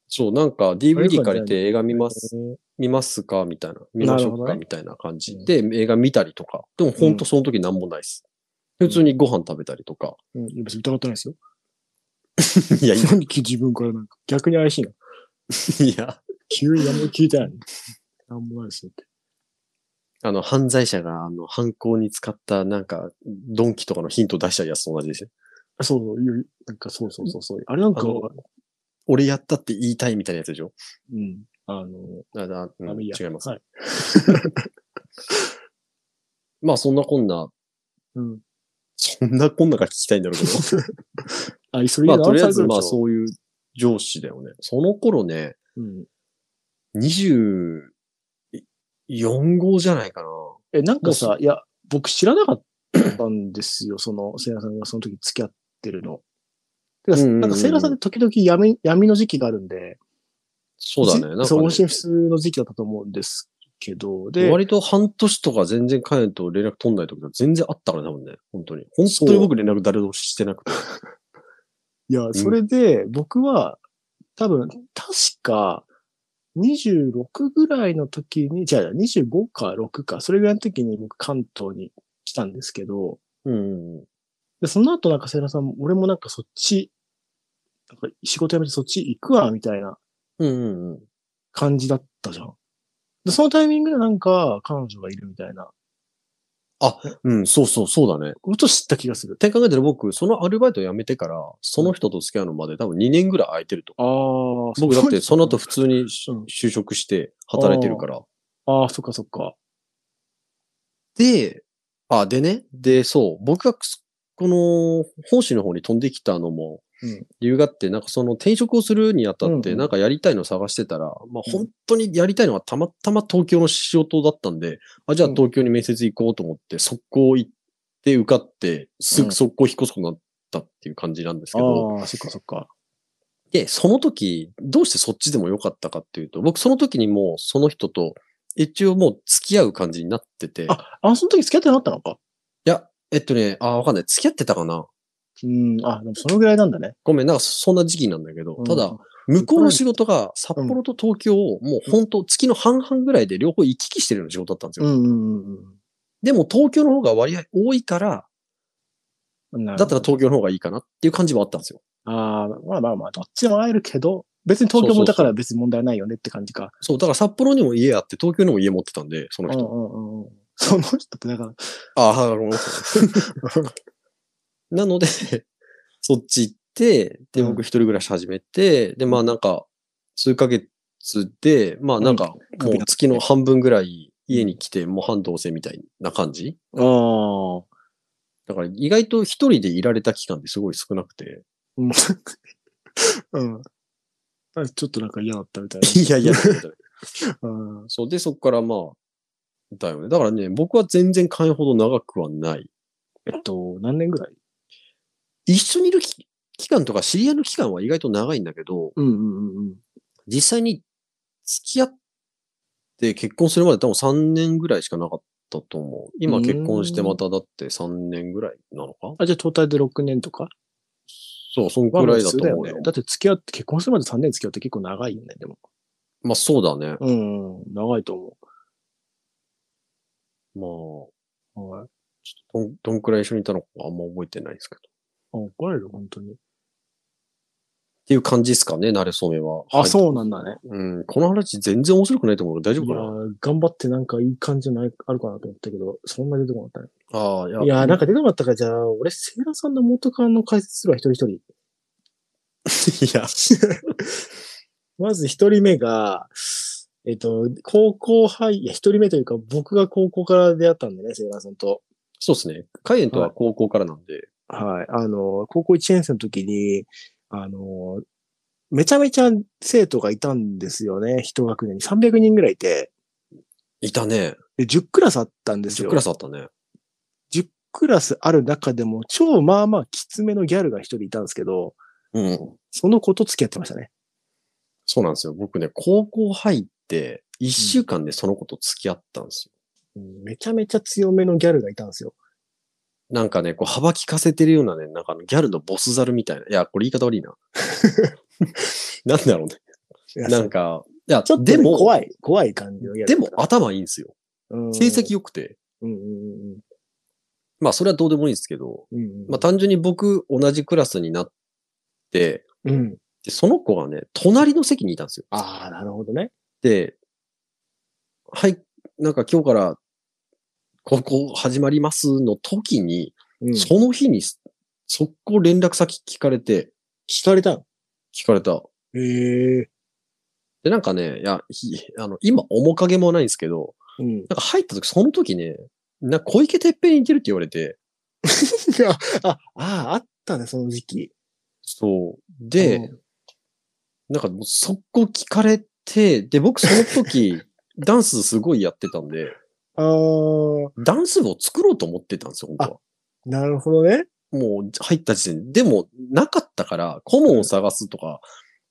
Speaker 2: そう、なんか
Speaker 1: よく
Speaker 2: DVD
Speaker 1: わかん
Speaker 2: 借
Speaker 1: ない
Speaker 2: りて映画見ます、
Speaker 1: えー
Speaker 2: 見ますかみたいな。見ましょ
Speaker 1: なる
Speaker 2: う
Speaker 1: ほ
Speaker 2: か
Speaker 1: どね
Speaker 2: みたいな感じで、映画見たりとか。でも、ほんとその時なんもないです。普通にご飯食べたりとか。
Speaker 1: うん、いや別に疑ってないですよ。
Speaker 2: いや、い
Speaker 1: 何自分からなんか。逆に怪しいな。
Speaker 2: や、
Speaker 1: 急に何も聞いてないのに。何 [LAUGHS] もないですよって。
Speaker 2: あの、犯罪者が、あの、犯行に使った、なんか、ドンキとかのヒント出したやつと同じですよ。
Speaker 1: あそうそう、いうなんかそうそうそうそう。あれなんか、
Speaker 2: あの
Speaker 1: う
Speaker 2: 俺やったって言いたいみたいなやつでしょ
Speaker 1: ん。あの、
Speaker 2: あだ、うん
Speaker 1: あのいいや
Speaker 2: 違います。
Speaker 1: はい
Speaker 2: [LAUGHS] まあ、そんなこんな、
Speaker 1: うん。 [LAUGHS]
Speaker 2: そんなこんなが聞きたいんだろうけど。
Speaker 1: あ、それ
Speaker 2: まあ、とりあえず、
Speaker 1: 何
Speaker 2: まあ、
Speaker 1: 歳ぐらいでしょ
Speaker 2: そういう上司だよね。その頃ね、
Speaker 1: うん。
Speaker 2: 24号じゃないかな。
Speaker 1: え、なんか
Speaker 2: も
Speaker 1: さ、いや、僕知らなかったんですよ、その、セイラさんがその時付き合ってるの。てか
Speaker 2: うんうんうん
Speaker 1: なんかセイラさんって時々闇闇の時期があるんで、
Speaker 2: そうだね。なんか
Speaker 1: そう、
Speaker 2: ね
Speaker 1: 音信不通の時期だったと思うんですけど、で、
Speaker 2: 割と半年とか全然彼と連絡取んない時とか全然あったからね、多分ね。本当に。本当に僕連絡誰ともしてなくて。
Speaker 1: いや、それで、僕は、多分、確か、26ぐらいの時に、じゃあ25か6か、それぐらいの時に僕関東に来たんですけど、
Speaker 2: うん。
Speaker 1: で、その後なんかセイラさん、俺もなんかそっち、なんか仕事辞めてそっち行くわ、みたいな
Speaker 2: うんうんうん。
Speaker 1: 感じだったじゃん。で、そのタイミングでなんか彼女がいるみたいな
Speaker 2: うん、そうそう、そうだね。っ
Speaker 1: ことを知った気がする。
Speaker 2: て考えたら僕、そのアルバイト辞めてから、その人と付き合うのまで多分2年ぐらい空いてると。
Speaker 1: ああ、
Speaker 2: 僕だってその後普通に
Speaker 1: うん
Speaker 2: 就職して働いてるから。
Speaker 1: ああ、そっかそっか。
Speaker 2: で、あ、でね、で、そう、僕がすこの本州の方に飛んできたのも
Speaker 1: うん、
Speaker 2: 理由があって、なんかその転職をするにあたっ
Speaker 1: うん
Speaker 2: て、
Speaker 1: うん
Speaker 2: なんかやりたいの探してたら、まあ
Speaker 1: うん
Speaker 2: 本当にやりたいのはたまたま東京の仕事だったんで、あ、じゃあ
Speaker 1: うん
Speaker 2: 東京に面接行こうと思って、速攻行って受かって、す
Speaker 1: う
Speaker 2: ぐ
Speaker 1: ん
Speaker 2: 速攻引っ越すことになったっていう感じなんですけど、
Speaker 1: ああ、そっかそっか。
Speaker 2: で、その時、どうしてそっちでもよかったかっていうと、僕その時にもうその人と一応もう付き合う感じになってて、
Speaker 1: あ、あ、その時付き合ってなかったのか。
Speaker 2: いや、えっとね、あー、わかんない。付き合ってたかな
Speaker 1: うん、あ、でもそのぐらいなんだね。
Speaker 2: ごめん、なんかそんな時期なんだけど、
Speaker 1: うん
Speaker 2: ただ、、向こうの仕事が札幌と東京をもう本当月の半々ぐらいで両方行き来してるような仕事だったんです
Speaker 1: う
Speaker 2: よ。
Speaker 1: んうんうん
Speaker 2: でも東京の方が割合多いから、
Speaker 1: うん。だ
Speaker 2: だったら東京の方がいいかなっていう感じもあったんですよ。
Speaker 1: ああ、まあまあまあ、どっちも会えるけど、別に東京もだから別に問題ないよねって感じか。
Speaker 2: そう、だから札幌にも家あって東京にも家持ってたんで、その
Speaker 1: うん
Speaker 2: 人。
Speaker 1: うんうんうん。その人ってだから、
Speaker 2: ああ、ごめんなさい [LAUGHS] なので、そっち行って、で、
Speaker 1: うん
Speaker 2: 僕一人暮らし始めて、で、まあなんか、数ヶ月で、まあなんか、もう月の半分ぐらい家に来て、もう半同棲みたいな感じ
Speaker 1: ああ。
Speaker 2: だから意外と一人でいられた期間ってすごい少なくて。
Speaker 1: うん。うんあちょっとなんか嫌だったみたい
Speaker 2: [LAUGHS] い [LAUGHS] やいや、
Speaker 1: な。うん。
Speaker 2: そう、で、そこからまあ、だよね。だからね、僕は全然買いほど長くはない。
Speaker 1: えっと、何年ぐらい
Speaker 2: 一緒にいるき期間とか知り合いの期間は意外と長いんだけど、
Speaker 1: うんうんうんうん。
Speaker 2: 実際に付き合って結婚するまで多分3年ぐらいしかなかったと思う。今結婚してまただって3年ぐらいなのか
Speaker 1: あ、じゃあトータルで6年とか
Speaker 2: そう、そんくらいだと思う
Speaker 1: ま
Speaker 2: よ。
Speaker 1: あ普通ね。だって付き合って、結婚するまで3年付き合って結構長いよね、でも。
Speaker 2: まあそうだね。
Speaker 1: うん、長いと思
Speaker 2: まあ、
Speaker 1: う。はい。
Speaker 2: どんどんくらい一緒にいたのかあんま覚えてないですけど。っ
Speaker 1: あ怒られる、本当に。
Speaker 2: ていう感じですかね、慣れそうめは。
Speaker 1: あ、
Speaker 2: はい
Speaker 1: そうなんだね。
Speaker 2: うん、この話全然面白くないと思うけど大
Speaker 1: い
Speaker 2: 丈
Speaker 1: や
Speaker 2: 夫か
Speaker 1: ー頑張ってなんかいい感じのないあるかなと思ったけど、そんな出てこなかっ
Speaker 2: なああ、い
Speaker 1: たね。いやー、なん
Speaker 2: か、
Speaker 1: か出てこなかったから、じゃあ、俺、セイラさんの元カノの解説するわ、一人一人。
Speaker 2: [LAUGHS] いや、
Speaker 1: [LAUGHS] まず一人目が、えっと、高校はい、いや、一人目というか、僕が高校から出会ったんでね、セイラさんと。
Speaker 2: そうですね。カイエンとは高校からなんで、
Speaker 1: はい。あの、高校1年生の時に、あの、めちゃめちゃ生徒がいたんですよね、一学年に。300人ぐらいいて、
Speaker 2: い、たね。
Speaker 1: で10クラスあったんですよ。
Speaker 2: 10クラスあったね。
Speaker 1: 10クラスある中でも、超まあまあきつめのギャルが一人いたんですけど、
Speaker 2: うん。
Speaker 1: その子と付き合ってましたね。
Speaker 2: そうなんですよ。僕ね、高校入って、一週間でその子と付き合ったんですよ。
Speaker 1: うんめちゃめちゃ強めのギャルがいたんですよ。
Speaker 2: なんかね、こう、幅利かせてるようなね、なんかあのギャルのボスザルみたいな。いや、これ言い方悪いな。
Speaker 1: [LAUGHS]
Speaker 2: なんだろうね。
Speaker 1: いや
Speaker 2: なんか、いや、
Speaker 1: ちょっと
Speaker 2: で
Speaker 1: ね、
Speaker 2: も、
Speaker 1: 怖い、怖い感じのギャ
Speaker 2: で
Speaker 1: ル
Speaker 2: も
Speaker 1: だった。
Speaker 2: 頭いいんですよ。
Speaker 1: うん
Speaker 2: 成績良くて。
Speaker 1: うんうんうん
Speaker 2: まあ、それはどうでもいいんですけど、
Speaker 1: うんうんうん。
Speaker 2: まあ、単純に僕、同じクラスになって、
Speaker 1: うん。
Speaker 2: で、その子がね、隣の席にいたんですよ。
Speaker 1: ああ、なるほどね。
Speaker 2: で、はい、なんか今日から、高校始まりますの時に、
Speaker 1: うん。聞
Speaker 2: その日に、速攻連絡先聞かれて、
Speaker 1: かれたの
Speaker 2: 聞かれた。
Speaker 1: へえ。
Speaker 2: で、なんかね、いや、ひあの、今、面影もないんですけど、
Speaker 1: うん。
Speaker 2: なんか入った時、その時ね、な、小池てっぺんに似てるって言われて、
Speaker 1: [LAUGHS] あ、ああ、あったね、その時期。
Speaker 2: そう。で、なんかもう速攻聞かれて、で、僕その時、ダンスすごいやってたんで、
Speaker 1: ああ、
Speaker 2: ダンス部を作ろうと思ってたんですよ、本当は。
Speaker 1: なるほどね。
Speaker 2: もう入った時点で、でもなかったから、顧問を探すとか、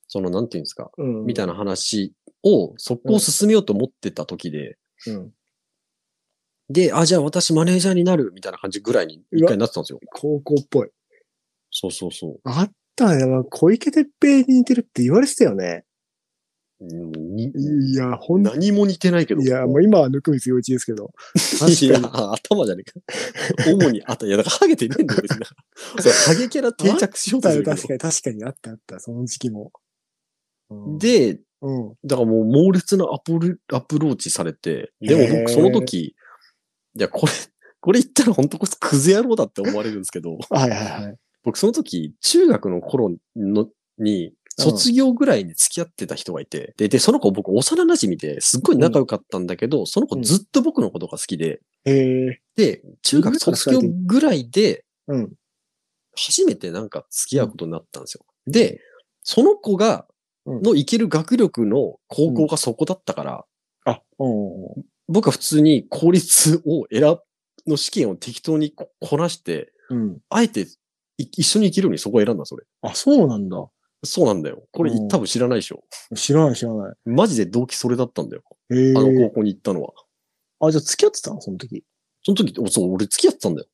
Speaker 2: そのなんていうんですか、
Speaker 1: うん。
Speaker 2: みたい
Speaker 1: な。
Speaker 2: な話を、そこを進めようと思ってた時で、
Speaker 1: うん。
Speaker 2: で、あ、じゃあ私マネージャーになるみたいな感じぐらいに一回なってたんですよ。
Speaker 1: 高校っぽい。
Speaker 2: そうそうそ
Speaker 1: あったね。まあ小池徹平に似てるって言われてたよね。
Speaker 2: う。うんに
Speaker 1: いや、ほんい
Speaker 2: 何も似てないけど。
Speaker 1: や、もう今はぬくみつよいちですけど。
Speaker 2: いや
Speaker 1: 確か
Speaker 2: 頭じゃねえか。主にあった。いや、だからハゲてねえんだよ、別に。
Speaker 1: [LAUGHS]
Speaker 2: そう、ハゲキャラ [LAUGHS] 定着しようとす
Speaker 1: に。
Speaker 2: るけ
Speaker 1: 確か
Speaker 2: ど。
Speaker 1: に、確かにあったあった、その時期も。うん、
Speaker 2: で、
Speaker 1: うん。
Speaker 2: だからもう猛烈なアプルアプローチされて、で
Speaker 1: へ
Speaker 2: も
Speaker 1: ー
Speaker 2: 僕その時、いや、これ、 [LAUGHS] これ言ったら本当こいつクズ野郎だって思われるんですけど、 [LAUGHS]
Speaker 1: はいはいはい。
Speaker 2: 僕その時、中学の頃のに、卒業ぐらいに付き合ってた人がいて、で、で、その子僕幼馴染で、すっごい仲良かったんだけど、その子ずっと僕のことが好きで、
Speaker 1: へえ。
Speaker 2: で、中学卒業ぐらいで、
Speaker 1: うん。
Speaker 2: 初めてなんか付き合うことになったんですよ。で、その子が、
Speaker 1: うん
Speaker 2: の行ける学力の高校がそこだったから、
Speaker 1: あ、うん。
Speaker 2: 僕は普通に公立を選ぶ、の試験を適当にここなして、
Speaker 1: うん。
Speaker 2: あえてい一緒に生きるようにそこを選んだ、それ。
Speaker 1: あ、そうなんだ。
Speaker 2: そうなんだよ。これ
Speaker 1: うん
Speaker 2: 多分知らないでしょ。
Speaker 1: 知らない知らない。
Speaker 2: マジで動機それだったんだよ。
Speaker 1: へ
Speaker 2: あ
Speaker 1: え。
Speaker 2: の高校に行ったのは。
Speaker 1: あ、じゃあ付き合ってたのその時。
Speaker 2: その時、おそう、俺付き合ってたんだよ。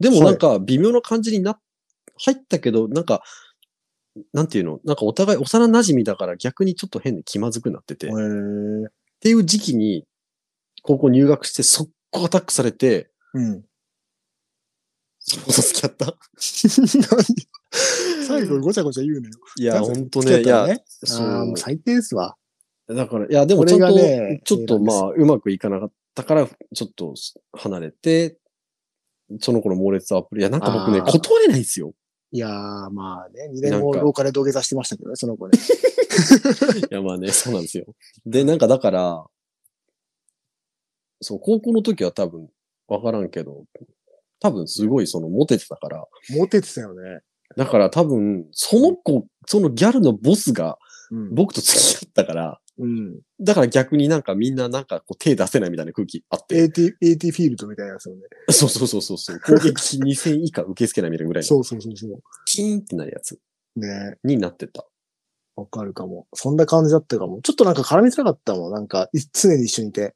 Speaker 2: でもなんか微妙な感じにな、入ったけど、なんか、なんていうのなんかお互い幼馴染だから逆にちょっと変に気まずくなってて。
Speaker 1: へえ。
Speaker 2: っていう時期に、高校入学して速攻アタックされて、
Speaker 1: うん。
Speaker 2: そうそう付き合った。
Speaker 1: [LAUGHS] 最後ごちゃごちゃ言うのよ。
Speaker 2: いや、ほんとね。
Speaker 1: 付
Speaker 2: い
Speaker 1: き合ったら
Speaker 2: や、
Speaker 1: ね
Speaker 2: そう
Speaker 1: あーもう最低ですわ。
Speaker 2: だから、いや、でも
Speaker 1: こ
Speaker 2: ち
Speaker 1: れ
Speaker 2: ゃん
Speaker 1: が
Speaker 2: と、
Speaker 1: ね
Speaker 2: ちょっと
Speaker 1: 映画で
Speaker 2: ますあ、うまくいかなかったから、ちょっと離れて、その子の猛烈アップル。いや、なんか僕ね、
Speaker 1: あー
Speaker 2: 断れないんですよ。
Speaker 1: いやー、まあね、2年
Speaker 2: な
Speaker 1: 後、
Speaker 2: んか
Speaker 1: 廊下で土下座してましたけどね、その子
Speaker 2: [LAUGHS]
Speaker 1: ね。
Speaker 2: いや、ま
Speaker 1: [LAUGHS]
Speaker 2: あね、そうなんですよ。で、なんかだから、そう、高校の時は多分、わからんけど、多分すごいその、モテてたから、
Speaker 1: モテてたよね。
Speaker 2: だから多分、その子、そのギャルのボスが
Speaker 1: うん。
Speaker 2: 僕と付き合ったから、
Speaker 1: うん。
Speaker 2: だから逆になんかみんななんかこう手出せないみたいな空気あって。
Speaker 1: AT、AT フィールドみたいなやつよね。
Speaker 2: [LAUGHS] そうそうそうそうそう。攻撃2000以下受け付けないみたいなぐらいの。
Speaker 1: そうそうそうそ
Speaker 2: キーンってなるやつ
Speaker 1: う。ね
Speaker 2: になってた。
Speaker 1: わかるかも。そんな感じだったかも。ちょっとなんか絡みづらかったもん。なんか、い常に一緒にいて。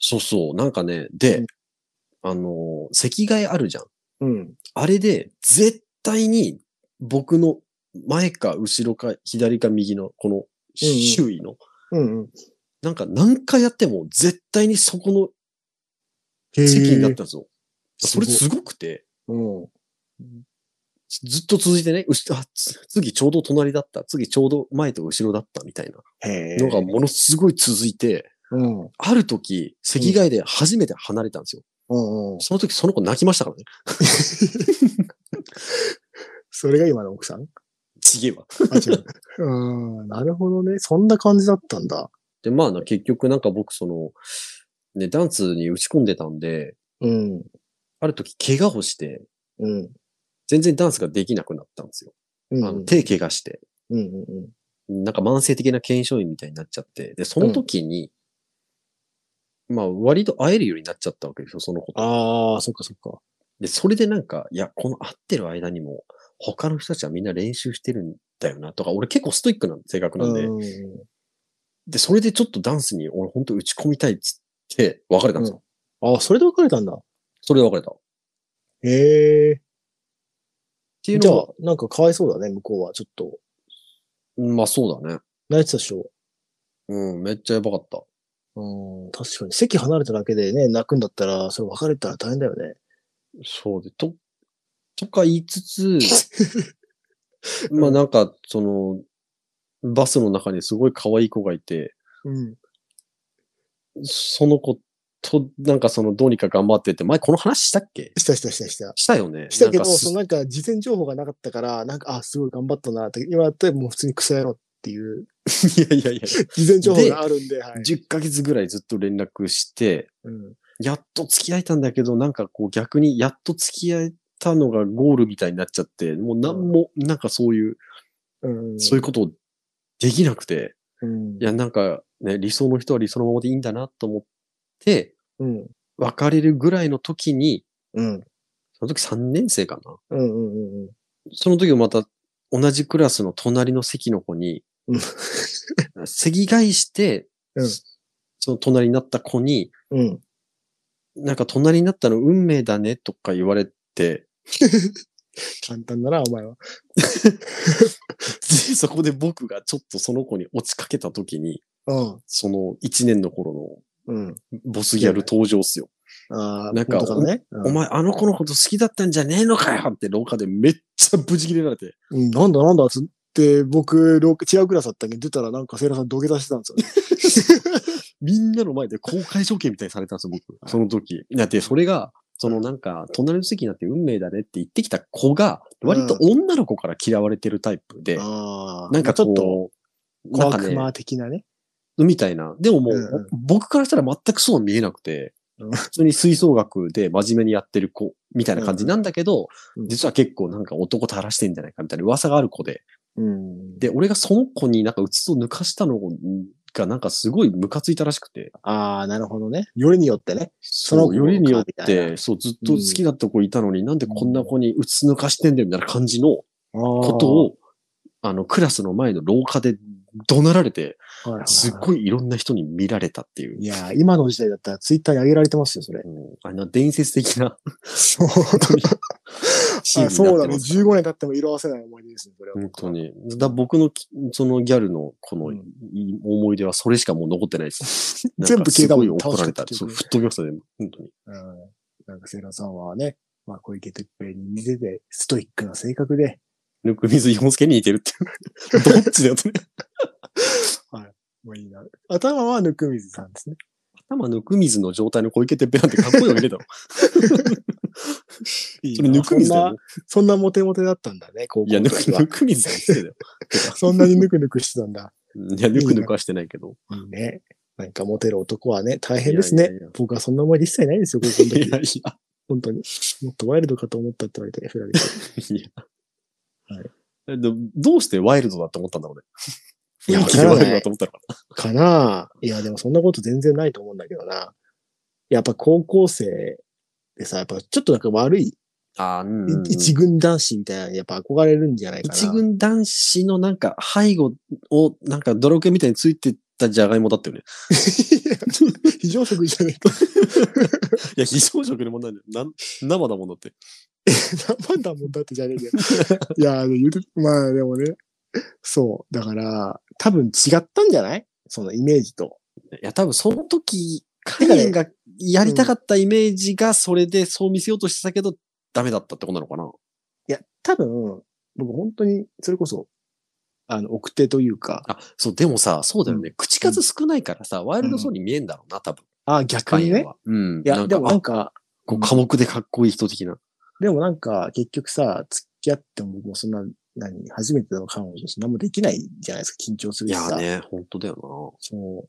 Speaker 2: そうそう。なんかね、
Speaker 1: う
Speaker 2: で
Speaker 1: ん、
Speaker 2: あのー、席替えあるじゃん。
Speaker 1: うん。
Speaker 2: あれで、絶対に僕の前か後ろか左か右のこの周囲の、
Speaker 1: うんうん。
Speaker 2: なんか何回やっても絶対にそこの
Speaker 1: へー
Speaker 2: 席になったんですよ。それ
Speaker 1: す
Speaker 2: すごくて。
Speaker 1: ごい
Speaker 2: ずっと続いてね、うしあつ次ちょうど隣だった、次ちょうど前と後ろだったみたいな
Speaker 1: うん。へえ。
Speaker 2: のがものすごい続いて、
Speaker 1: うん。うん
Speaker 2: ある時、席替えで初めて離れたんですよ。
Speaker 1: うん。
Speaker 2: その時その子泣きましたからね。
Speaker 1: それが今の奥さん
Speaker 2: ちげえわ。
Speaker 1: [LAUGHS] あ、違う。うん。なるほどね。そんな感じだったんだ。
Speaker 2: で、まあな結局なんか僕その、ね、ダンスに打ち込んでたんで、
Speaker 1: うん。
Speaker 2: ある時怪我をして、
Speaker 1: うん。
Speaker 2: 全然ダンスができなくなったんですよ。
Speaker 1: うん
Speaker 2: あの手怪我して、
Speaker 1: うんうん
Speaker 2: なんか慢性的な腱鞘炎みたいになっちゃって、で、その時に、まあ割と会えるようになっちゃったわけですよ、その子と。
Speaker 1: ああ、そっかそっか。
Speaker 2: で、それでなんか、いや、この会ってる間にも、他の人たちはみんな練習してるんだよな、とか、俺結構ストイックな性格なんで、
Speaker 1: うん
Speaker 2: で、それでちょっとダンスに俺本当打ち込みたいっつって、別れたんですよ。
Speaker 1: ああ、それで別れたんだ。
Speaker 2: それで別れた。っ
Speaker 1: へえ。
Speaker 2: ていう
Speaker 1: じゃ
Speaker 2: の
Speaker 1: あ
Speaker 2: は、、
Speaker 1: なんかかわいそうだね、向こうは。ちょっと。
Speaker 2: まあそうだね。
Speaker 1: 泣いてたでしょ。
Speaker 2: うん、めっちゃやばかった。
Speaker 1: うん、確かに。席離れただけでね、泣くんだったら、それ別れたら大変だよね。
Speaker 2: そうで、と、とか言い
Speaker 1: [LAUGHS]
Speaker 2: つつ、まあなんか、その、バスの中にすごい可愛い子がいて、
Speaker 1: うん。
Speaker 2: その子と、なんかその、どうにか頑張ってって、前この話したっけ
Speaker 1: したしたしたした。
Speaker 2: したよね。
Speaker 1: したけど、
Speaker 2: なんかす
Speaker 1: そのなんか事前情報がなかったから、なんか、あ、すごい頑張ったなって、今だったらもう普通にクソ野郎っていう、 [LAUGHS]
Speaker 2: [LAUGHS] いやいやいや、
Speaker 1: 事前情報があるんで、はい。
Speaker 2: 10ヶ月ぐらいずっと連絡して、
Speaker 1: うん。
Speaker 2: やっと付き合えたんだけど、なんかこう逆にやっと付き合えたのがゴールみたいになっちゃって、もうなんも、なんかそういう、
Speaker 1: うん。
Speaker 2: そういうことをできなくて、
Speaker 1: うん。
Speaker 2: いやなんかね、理想の人は理想のままでいいんだなと思って、
Speaker 1: うん。
Speaker 2: 別れるぐらいの時に、
Speaker 1: うん。
Speaker 2: その時3年生か
Speaker 1: う
Speaker 2: な。
Speaker 1: ん。うん。うん。
Speaker 2: その時もまた同じクラスの隣の席の子に、
Speaker 1: うん
Speaker 2: 席替えして、
Speaker 1: うん
Speaker 2: その隣になった子に、
Speaker 1: うん。
Speaker 2: なんか隣になったの運命だねとか言われて、
Speaker 1: 簡単だな、お前は。
Speaker 2: で [LAUGHS] そこで僕がちょっとその子に落ちかけた時に、
Speaker 1: うん。
Speaker 2: その1年の頃
Speaker 1: うん。
Speaker 2: のボスギャル登場っすよ。
Speaker 1: ああ、
Speaker 2: なんか
Speaker 1: 元ね、
Speaker 2: お前あの子のこと好きだったんじゃねえのかよって廊下でめっちゃブチ切れられて、
Speaker 1: うんうんなんだなんだっつって、僕、ろく違うクラスだったけど、出たらなんかセイラさん土下座してたんですよ [LAUGHS] ね。
Speaker 2: みんなの前で公開処刑みたいにされたんですよ、僕。その時。だってそれが、そのなんか、隣の席になって運命だねって言ってきた子が、割と女の子から嫌われてるタイプで、
Speaker 1: あ
Speaker 2: なんか
Speaker 1: ちょっと、
Speaker 2: こう、なん
Speaker 1: 小
Speaker 2: か
Speaker 1: 悪
Speaker 2: ね、
Speaker 1: 魔的なね。
Speaker 2: みたいな。でももう、
Speaker 1: うんうん
Speaker 2: 僕からしたら全くそうは見えなくて、
Speaker 1: うん
Speaker 2: 普通に吹奏楽で真面目にやってる子みたいな感じなんだけど、
Speaker 1: うん
Speaker 2: 実は結構なんか男垂らしてんじゃないかみたいな噂がある子で。
Speaker 1: うん。
Speaker 2: で、俺がその子になんかうつつを抜かしたのがなんかすごいムカついたらしくて、
Speaker 1: ああ、なるほどね。よりによってね。
Speaker 2: そ
Speaker 1: の
Speaker 2: の
Speaker 1: 子
Speaker 2: よりによっ
Speaker 1: かみたい
Speaker 2: て、そうずっと好きだった子いたのに、なんでこんな子にうつつ抜かしてんだよみたいな感じのこ
Speaker 1: こと
Speaker 2: を、あの、クラスの前の廊下で怒鳴られて、
Speaker 1: を、はいはいはい
Speaker 2: すっごいいろんな人に見られたっていう。
Speaker 1: いやー、今の時代だったらツイッターに上げられてますよ、それ。
Speaker 2: うんあの、伝説的な
Speaker 1: [LAUGHS] そう
Speaker 2: 当に [LAUGHS] シーンになってます
Speaker 1: そうだね。15年経っても色褪せない思い出ですね、それは。
Speaker 2: 本当に。だ僕のき、そのギャルのこの
Speaker 1: うん
Speaker 2: い思い出はそれしかもう残ってないです。
Speaker 1: [LAUGHS] 全部消えたもん
Speaker 2: なんかすごい怒られた
Speaker 1: 倒。して
Speaker 2: そう、
Speaker 1: 消えて
Speaker 2: 吹っ飛びましたね、本当に。
Speaker 1: うん。なんか、セイラさんはね、まあ、小池徹平に似てて、ストイックな性格で、
Speaker 2: ぬくみず洋介に似てるってい
Speaker 1: [LAUGHS]
Speaker 2: う。どっちだよってね。
Speaker 1: まあいいな。頭は温水さんですね。
Speaker 2: 山ぬく水の状態の小池てっぺなんてかっこいいの見
Speaker 1: [LAUGHS]
Speaker 2: れたの。
Speaker 1: いい
Speaker 2: それ
Speaker 1: な
Speaker 2: ぬく水
Speaker 1: そ
Speaker 2: だ
Speaker 1: ん
Speaker 2: よ
Speaker 1: な、。そんなモテモテだったんだね、高校
Speaker 2: いや、
Speaker 1: の
Speaker 2: ぬく
Speaker 1: 時は
Speaker 2: ぬく水だよ失礼だよ。
Speaker 1: そんなにぬくぬくしてたんだ。
Speaker 2: いや、ぬくぬくはしてないけど。
Speaker 1: いいね。なんかモテる男はね、大変ですね。
Speaker 2: いやいやいや
Speaker 1: 僕はそんな思いで一切ないですよ、高校
Speaker 2: い
Speaker 1: の時。
Speaker 2: やいや。
Speaker 1: 本当に。もっとワイルドかと思ったって言われて、振られて。
Speaker 2: いや。
Speaker 1: は
Speaker 2: えどどうしてワイルドだと思ったんだろうね。
Speaker 1: いや
Speaker 2: 雰囲気で
Speaker 1: わ
Speaker 2: ワ
Speaker 1: か
Speaker 2: イ
Speaker 1: ら
Speaker 2: ル
Speaker 1: ない
Speaker 2: ドだと思ったのか
Speaker 1: かなあいや、でもそんなこと全然ないと思うんだけどな。やっぱ高校生でさ、やっぱちょっとなんか悪い、
Speaker 2: な。あーうんうん
Speaker 1: 一軍男子みたいなのにやっぱ憧れるんじゃないかな。
Speaker 2: 一軍男子のなんか背後をなんかドラクエみたいについてたじゃがいもだったよね。
Speaker 1: [LAUGHS] 非常食じゃないか。
Speaker 2: [LAUGHS] いや、非常食でもないんだよ。なん生だもんだって。
Speaker 1: 何番だもんだってじゃねえけど。
Speaker 2: [LAUGHS]
Speaker 1: いや、言うて、まあでもね。そう。だから、多分違ったんじゃないそのイメージと。
Speaker 2: いや、多分その時、
Speaker 1: ね
Speaker 2: カレンがやりたかったイメージがそれでそう見せようとしてたけど、ダメだったってことなのかな。
Speaker 1: いや、多分、僕本当に、それこそ、あの、奥手というか、
Speaker 2: あ、そう、でもさ、そうだよね。口数少ないからさ、ワイルドそうに見えんだろうな、多分。
Speaker 1: あ逆に
Speaker 2: カレン
Speaker 1: ね。
Speaker 2: は。うん。
Speaker 1: いや、でも
Speaker 2: あ
Speaker 1: なんか、
Speaker 2: こう、寡黙でかっこいい人的な。
Speaker 1: でもなんか、結局さ、付き合っても僕もそんな、何、初めての彼女だし、何もできないじゃないですか、緊張する
Speaker 2: い
Speaker 1: しさ。
Speaker 2: やね、本当だよ
Speaker 1: そう。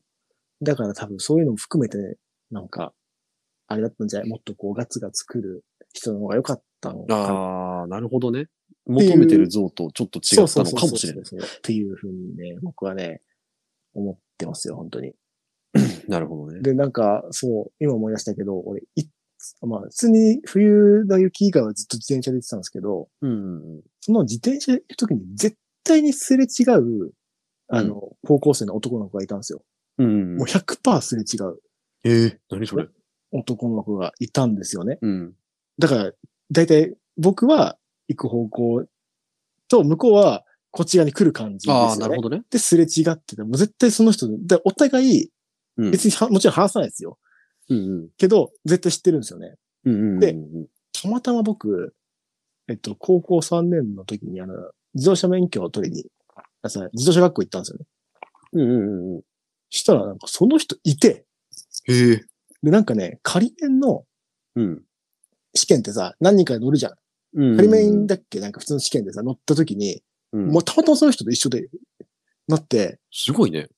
Speaker 1: だから多分そういうのも含めて、なんか、あれだったんじゃないもっとこう、ガツガツ来る人の方が良かったの
Speaker 2: な。
Speaker 1: かな。
Speaker 2: ああ、なるほどね。求めてる像とちょっと違ったのかもしれない。
Speaker 1: そうそうそうそうっていうふうにね、僕はね、思ってますよ、本当に。
Speaker 2: なるほどね。
Speaker 1: で、なんか、そう、今思い出したけど、俺、いまあ、普通に冬の雪以外はずっと自転車で行ってたんですけど、
Speaker 2: うん。
Speaker 1: その自転車で行くときに絶対にすれ違う、あの、高校生の男の子がいたんですよ。
Speaker 2: うん
Speaker 1: もう100%すれ違う
Speaker 2: えー、何それ
Speaker 1: 男の子がいたんですよね。
Speaker 2: うん。
Speaker 1: だから、だいたい僕は行く方向と、向こうはこっち側に来る感じですよ、ね。
Speaker 2: ああ、なるほどね。
Speaker 1: で、すれ違ってて、もう絶対その人、でお互い、
Speaker 2: うん
Speaker 1: 別には、もちろん話さないですよ。
Speaker 2: うん
Speaker 1: けど、絶対知ってるんですよね。
Speaker 2: うん。うん
Speaker 1: で
Speaker 2: うん
Speaker 1: たまたま僕、えっと、高校3年の時に、あの、自動車免許を取りに、あさ自動車学校行ったんですよね。
Speaker 2: うんうんうん。
Speaker 1: したら、なんかその人いて、
Speaker 2: へえ。
Speaker 1: で、なんかね、仮免の
Speaker 2: うん。
Speaker 1: 試験ってさ、何人かで乗るじゃん。
Speaker 2: うん
Speaker 1: 仮免だっけなんか普通の試験でさ、乗った時に、
Speaker 2: うん
Speaker 1: もうたまたまその人と一緒で、なって、
Speaker 2: すごいね。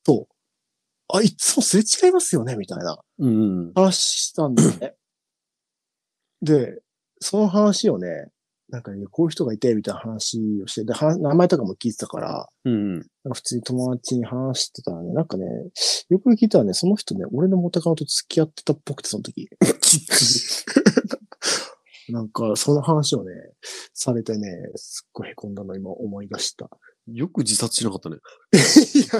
Speaker 1: あ、いつもすれ違いますよねみたいな
Speaker 2: うん。
Speaker 1: 話したんです
Speaker 2: [LAUGHS]
Speaker 1: ね。で、その話をね、なんかね、こういう人がいて、みたいな話をして、で、は名前とかも聞いてたから、
Speaker 2: うん。
Speaker 1: なんか普通に友達に話してたらね、なんかね、よく聞いたらね、その人ね、俺の元カノと付き合ってたっぽくて、その
Speaker 2: [LAUGHS]
Speaker 1: 時。なんか、その話をね、されてね、すっごい凹んだの今思い出した。
Speaker 2: よく自殺しなかったね。
Speaker 1: い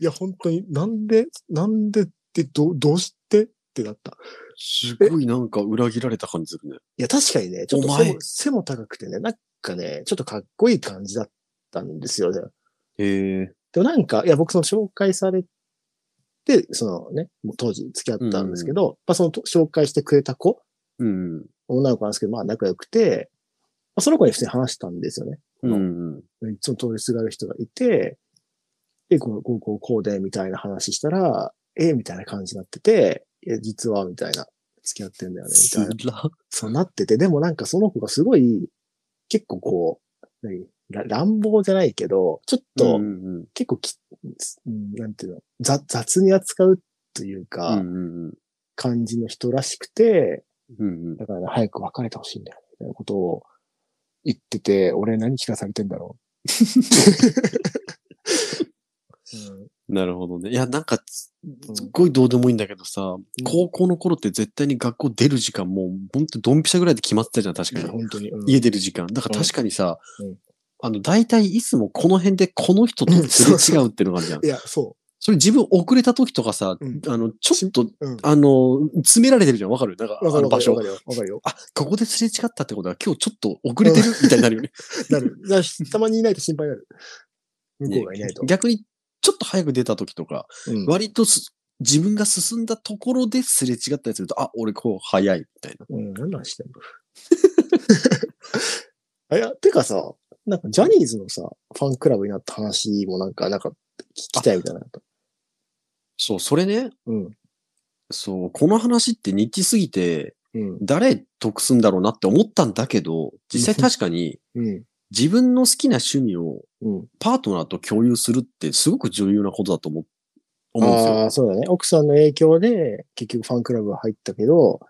Speaker 1: や、いや、本当に、なんで、なんでって、ど、どうしてってなった。
Speaker 2: すごいなんか裏切られた感じするね。
Speaker 1: いや、確かにね、ちょっと
Speaker 2: お前
Speaker 1: 背も背も高くてね、なんかね、ちょっとかっこいい感じだったんですよね。
Speaker 2: へえ。
Speaker 1: でもなんか、いや、僕その紹介されて、そのね、もう当時付き合ったんですけど、まあそのと紹介してくれた子、
Speaker 2: うん。
Speaker 1: 女の子なんですけど、まあ仲良くて、まあ、その子に普通に話したんですよね。
Speaker 2: うん。
Speaker 1: いつも通りすがる人がいて、で、こう、こう、こう、こうで、みたいな話したら、えみたいな感じになってて、いや、実は、みたいな、付き合ってんだよね、みたいな。
Speaker 2: ら。
Speaker 1: そうなってて、でもなんかその子がすごい、結構こう、何ら乱暴じゃないけど、ちょっと、
Speaker 2: うん。
Speaker 1: 結構き、うんなんていうの、雑雑に扱うという
Speaker 2: う
Speaker 1: か、
Speaker 2: ん。
Speaker 1: 感じの人らしくて、
Speaker 2: うん。
Speaker 1: だから、早く別れてほしいんだよ、みたいなことを言ってて、俺何聞かされてんだろう。うん
Speaker 2: なるほどね。いや、なんか、す
Speaker 1: うん
Speaker 2: すっごいどうでもいいんだけどさ、高校の頃って絶対に学校出る時間もう、ほんとドンピシャぐらいで決まってたじゃん、確かに。
Speaker 1: 本当に。うん
Speaker 2: 家出る時間。だから確かにさ
Speaker 1: うん、
Speaker 2: あの、大体いつもこの辺でこの人とすれ違うっていうのがあるじゃん
Speaker 1: い。や、そ
Speaker 2: それ自分遅れた時とかさ、
Speaker 1: うん
Speaker 2: あの、ちょっと、
Speaker 1: う。うん。
Speaker 2: あの、詰められてるじゃん、わかるなんか、
Speaker 1: わか
Speaker 2: あ
Speaker 1: る
Speaker 2: の
Speaker 1: わか
Speaker 2: 場
Speaker 1: るわか。
Speaker 2: 所
Speaker 1: るよ。わかるよ。
Speaker 2: あ、ここですれ違ったってことは今日ちょっと遅れてるみたいになるよね。
Speaker 1: なる。だからたまにいないと心配になる。 [LAUGHS] 向こうがいないと。
Speaker 2: 逆に、ちょっと早く出た時とか、
Speaker 1: うん
Speaker 2: 割とす自分が進んだところですれ違ったりすると、あ、俺こう早いみたいな。
Speaker 1: うん、何なんしてんの [LAUGHS] あいや、てかさ、なんかジャニーズのさ、ファンクラブになった話もなんか、なんか聞きたいみたいなのあった。
Speaker 2: そう、それね、
Speaker 1: うん。
Speaker 2: そう、この話ってニッチすぎて、
Speaker 1: うん。
Speaker 2: 誰得すんだろうなって思ったんだけど、実際確かに
Speaker 1: うん。
Speaker 2: 自分の好きな趣味を
Speaker 1: うん。
Speaker 2: パートナーと共有するってすごく重要なことだと思う思うんです
Speaker 1: あ
Speaker 2: よ。
Speaker 1: あ、そうだね。奥さんの影響で、結局ファンクラブが入ったけど、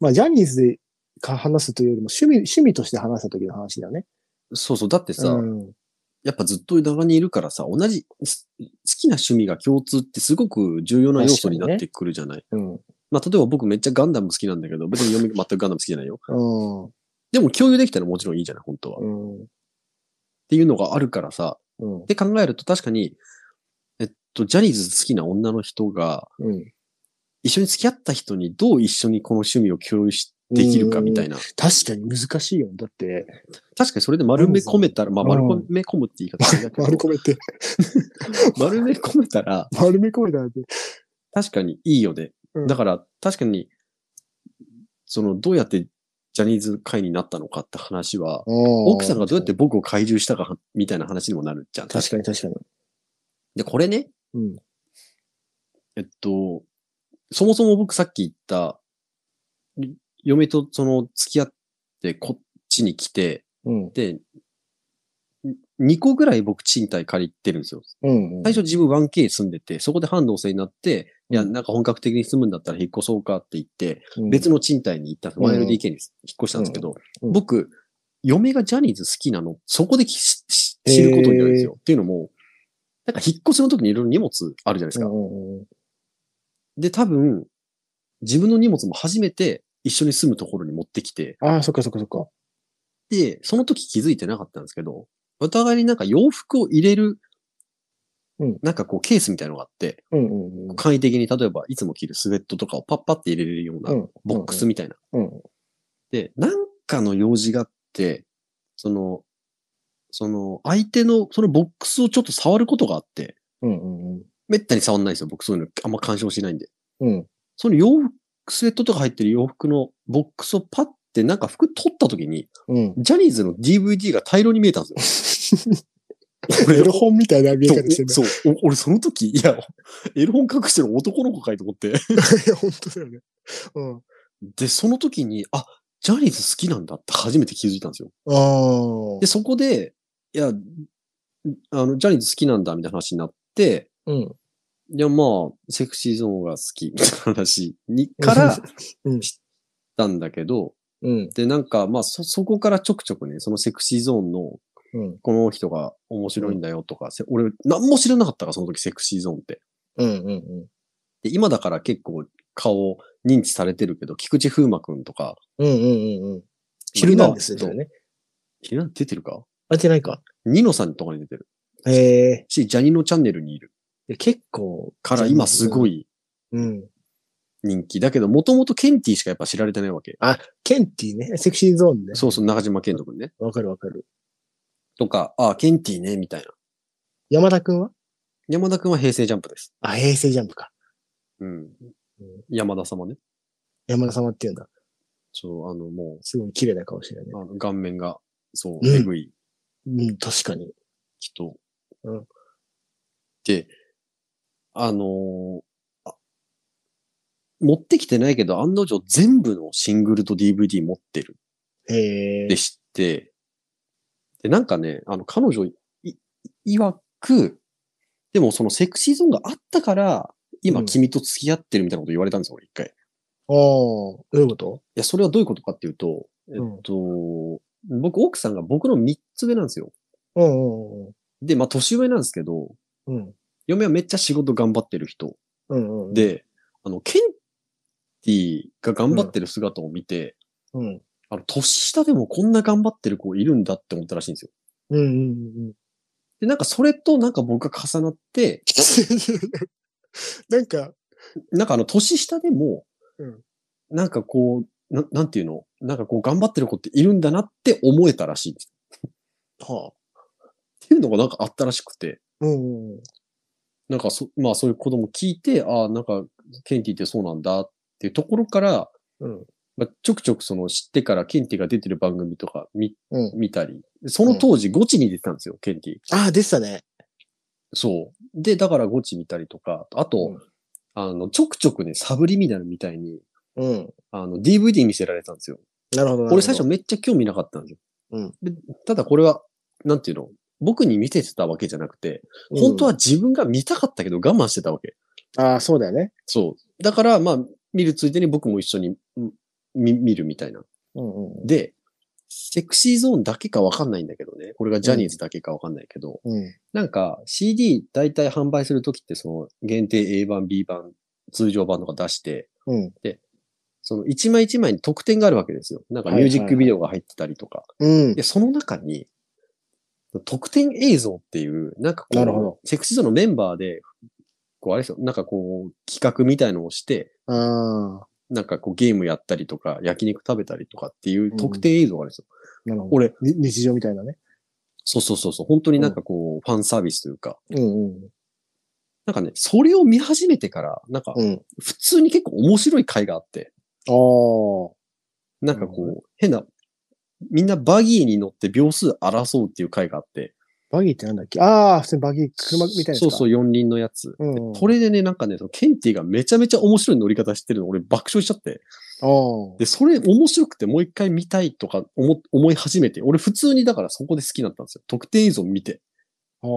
Speaker 1: まあ、ジャニーズでか話すというよりも、趣味、趣味として話した時の話だよね。
Speaker 2: そうそう。だってさ、
Speaker 1: うん。
Speaker 2: やっぱずっと長にいるからさ、同じす好きな趣味が共通ってすごく重要な要素になってくるじゃない。
Speaker 1: うん。
Speaker 2: まあ例えば僕めっちゃガンダム好きなんだけど、別に嫁が全くガンダム好きじゃないよ。
Speaker 1: うん。
Speaker 2: でも共有できたらもちろんいいじゃない、本当は。っ
Speaker 1: うん。
Speaker 2: ていうのがあるからさ、
Speaker 1: うん
Speaker 2: っ。て考えると確かに、えっと、ジャニーズ好きな女の人が、
Speaker 1: うん。
Speaker 2: 一緒に付き合った人にどう一緒にこの趣味を共有しできるかみたいな。
Speaker 1: 確かに難しいよね。だって、
Speaker 2: 確かにそれで丸め込めたら、まあ
Speaker 1: うん
Speaker 2: 丸め込むって言
Speaker 1: [LAUGHS]
Speaker 2: い方あれだけど
Speaker 1: 丸込めて、
Speaker 2: 丸め込めたら、
Speaker 1: 丸め込めたなんて。
Speaker 2: 確かにいいよね。
Speaker 1: うん
Speaker 2: だから、確かに、その、どうやってジャニーズ会になったのかって話は、奥
Speaker 1: 奥
Speaker 2: さんがどうやって僕を懐柔したか、みたいな話にもなるじゃん。
Speaker 1: 確かに確かに。
Speaker 2: で、これね、
Speaker 1: うん。
Speaker 2: えっと、そもそも僕さっき言った、嫁とその付き合ってこっちに来て、
Speaker 1: うん。
Speaker 2: で、2個ぐらい僕賃貸借りてるんですよ。
Speaker 1: うん。
Speaker 2: 最初自分 1K 住んでて、そこで半同棲になって、いや、
Speaker 1: うん
Speaker 2: なんか本格的に住むんだったら引っ越そうかって言って、
Speaker 1: うん、
Speaker 2: 別の賃貸に行ったんです。
Speaker 1: うん
Speaker 2: 1LDK に引っ越したんですけど、
Speaker 1: うんうん
Speaker 2: 僕、嫁がジャニーズ好きなの、そこできしし知ることになるんですよ。っていうのも、なんか引っ越しの時にいろいろ荷物あるじゃないですか。
Speaker 1: うんうん
Speaker 2: で、多分、自分の荷物も初めて一緒に住むところに持ってきて、
Speaker 1: ああ、そっかそっかそっか。
Speaker 2: で、その時気づいてなかったんですけど、お互いになんか洋服を入れる、
Speaker 1: うん
Speaker 2: なんかこうケースみたいのがあって、
Speaker 1: うんうんうん。
Speaker 2: 簡易的に例えばいつも着るスウェットとかをパッパって入れれるよう
Speaker 1: う
Speaker 2: なんボックスみたいな。
Speaker 1: うん。
Speaker 2: で、なんかの用事があって、その、その相手のそのボックスをちょっと触ることがあって、
Speaker 1: うんうん
Speaker 2: めったに触んないんですよ。僕そういうのあんま干渉しないんで。
Speaker 1: うん。うん。
Speaker 2: その洋服、スウェットとか入ってる洋服のボックスをパッてなんか服取った時に、
Speaker 1: うん。
Speaker 2: ジャニーズの DVD が大量に見えたんですよ。 [LAUGHS] 俺
Speaker 1: エロ本みたいな見え方してる。
Speaker 2: そう、そうお俺その時、いや、エロ本隠してる男の子かいと思って。
Speaker 1: いや、本当だよね。うん。
Speaker 2: で、その時に、あ、ジャニーズ好きなんだって初めて気づいたんですよ。
Speaker 1: ああ
Speaker 2: で、。そこで、いや、あの、ジャニーズ好きなんだみたいな話になって、
Speaker 1: うん。
Speaker 2: いや、まあ、セクシーゾーンが好きみたいな話に、 [LAUGHS] から、
Speaker 1: うん
Speaker 2: 知ったんだけど、
Speaker 1: うん。
Speaker 2: で、なんか、まあ、そ、そこからちょくちょくね、そのセクシーゾーンの、
Speaker 1: うん。
Speaker 2: この人が面白いんだよとか、せ俺、何も知らなかったから、その時セクシーゾーンって。
Speaker 1: うん。うん。
Speaker 2: で、今だから結構顔認知されてるけど、菊池風磨くんとか、
Speaker 1: うん。うん。うん。うん。昼なんです
Speaker 2: 今は
Speaker 1: よね。
Speaker 2: 昼なんて出てるか
Speaker 1: あてないか。
Speaker 2: ニノさんとかに出てる。
Speaker 1: え
Speaker 2: し、ジャニのチャンネルにいる。
Speaker 1: え。結構。
Speaker 2: から、今すご
Speaker 1: い。
Speaker 2: い
Speaker 1: うん。
Speaker 2: 人気。だけど、もともとケンティしかやっぱ知られてないわけ。
Speaker 1: ケンティね。セクシーゾーンね。
Speaker 2: そうそう、中島健人くんね。
Speaker 1: う。わかるわかる。
Speaker 2: とか、ああ、ケンティね、みたいな。
Speaker 1: 山田くんは
Speaker 2: 山田くんは平成ジャンプです。
Speaker 1: あ、平成ジャンプか。
Speaker 2: うん。山田様ね。
Speaker 1: 山田様っていうんだ。
Speaker 2: そう、あの、も
Speaker 1: すごい綺麗な顔してるね
Speaker 2: う、。あの顔面が、そうう、
Speaker 1: ん
Speaker 2: えぐい
Speaker 1: うん、確かに。
Speaker 2: 人。
Speaker 1: うん
Speaker 2: で、あのーあ持ってきてないけど、案の定全部のシングルと DVD 持ってる
Speaker 1: へえ
Speaker 2: で。知って、で、なんかね、あの、彼女い、い曰く、でもそのセクシーゾーンがあったから、
Speaker 1: う
Speaker 2: 今
Speaker 1: ん
Speaker 2: 君と付き合ってるみたいなこと言われたんですよ、俺一回。い
Speaker 1: ああ、どういうこと
Speaker 2: や、それはどういうことかっていうと、え
Speaker 1: うん
Speaker 2: っと、僕、奥さんが僕の三つ上なんですよ。
Speaker 1: うんうん
Speaker 2: で、まあ、年上なんですけど、
Speaker 1: うん。うん。
Speaker 2: 嫁はめっちゃ仕事頑張ってる人。
Speaker 1: うんうん。、
Speaker 2: で、あの、ケンティが頑張ってる姿を見て、
Speaker 1: うん。
Speaker 2: あの、年下でもこんな頑張ってる子いるんだって思ったらしいんですよ。
Speaker 1: うんうんうん。
Speaker 2: で、なんかそれとなんか僕が重なって、
Speaker 1: なんか、
Speaker 2: なんかあの、年下でも、
Speaker 1: うん
Speaker 2: なんかこう、ななんていうのなんかこう頑張ってる子っているんだなって思えたらしいんです。
Speaker 1: はあ。
Speaker 2: っていうのがなんかあったらしくて、
Speaker 1: うんうん。
Speaker 2: なんかそ、まあそういう子供聞いて、ああ、なんか、ケンティってそうなんだっていうところから、
Speaker 1: うん。
Speaker 2: まあ、ちょくちょくその知ってからケンティが出てる番組とか見
Speaker 1: うん。
Speaker 2: 見たり、その当時ゴチに出てたんですよ、ケンティ。
Speaker 1: ああ、でしたね。
Speaker 2: そう。で、だからゴチ見たりとか、あと、
Speaker 1: うん
Speaker 2: あの、ちょくちょくね、サブリミナルみたいに、
Speaker 1: うん。
Speaker 2: あの、DVD 見せられたんですよ。
Speaker 1: なるほど。
Speaker 2: 俺最初
Speaker 1: なる
Speaker 2: めっちゃ興味なかったんですよ。
Speaker 1: うん
Speaker 2: でただこれは、なんていうの僕に見せてたわけじゃなくて、
Speaker 1: ほど、
Speaker 2: 本当は
Speaker 1: うん
Speaker 2: 自分が見たかったけど我慢してたわけ。
Speaker 1: ああ、そうだよね。
Speaker 2: そう。だから、まあ、見るついでに僕も一緒にうん見見るみたいな。
Speaker 1: うんうん
Speaker 2: で、セクシーゾーンだけかわかんないんだけどね。これがジャニーズだけかわかんないけど、
Speaker 1: うん。うん。
Speaker 2: なんか CD 大体販売するときってその限定 A 版、B 版、通常版とか出して、
Speaker 1: うん。
Speaker 2: その一枚一枚に特典があるわけですよ。なんかミュージックビデオが入ってたりとか。
Speaker 1: うん
Speaker 2: で、。その中に、特典映像っていう、なんかこ
Speaker 1: なるほど
Speaker 2: う、セクシーゾーンのメンバーで、こう、あれですよ、なんかこう、企画みたいのをして、
Speaker 1: ああ、
Speaker 2: なんかこう、ゲームやったりとか、焼肉食べたりとかっていう特典映像があるんですよ。
Speaker 1: なるほど。
Speaker 2: 俺、
Speaker 1: に日常みたいなね。
Speaker 2: そうそうそうそう、本当になんかこう、ファンサービスというか、
Speaker 1: うんうん。
Speaker 2: なんかね、それを見始めてから、なんか、
Speaker 1: うん。
Speaker 2: 普通に結構面白い回があって、
Speaker 1: ああ。
Speaker 2: なんかこ
Speaker 1: なる
Speaker 2: う、変な、みんなバギーに乗って秒数争うっていう回があって、
Speaker 1: バギーってなんだっけああ、普通にバギー、車みたいなやつか。
Speaker 2: そうそう、四輪のやつ。
Speaker 1: うんうん。
Speaker 2: これでね、なんかね、そのケンティがめちゃめちゃ面白い乗り方してるの俺爆笑しちゃって。
Speaker 1: ああ。
Speaker 2: で、それ面白くてもう一回見たいとか思、思い始めて。俺普通にだからそこで好きになったんですよ。特典映像見て。
Speaker 1: ああ。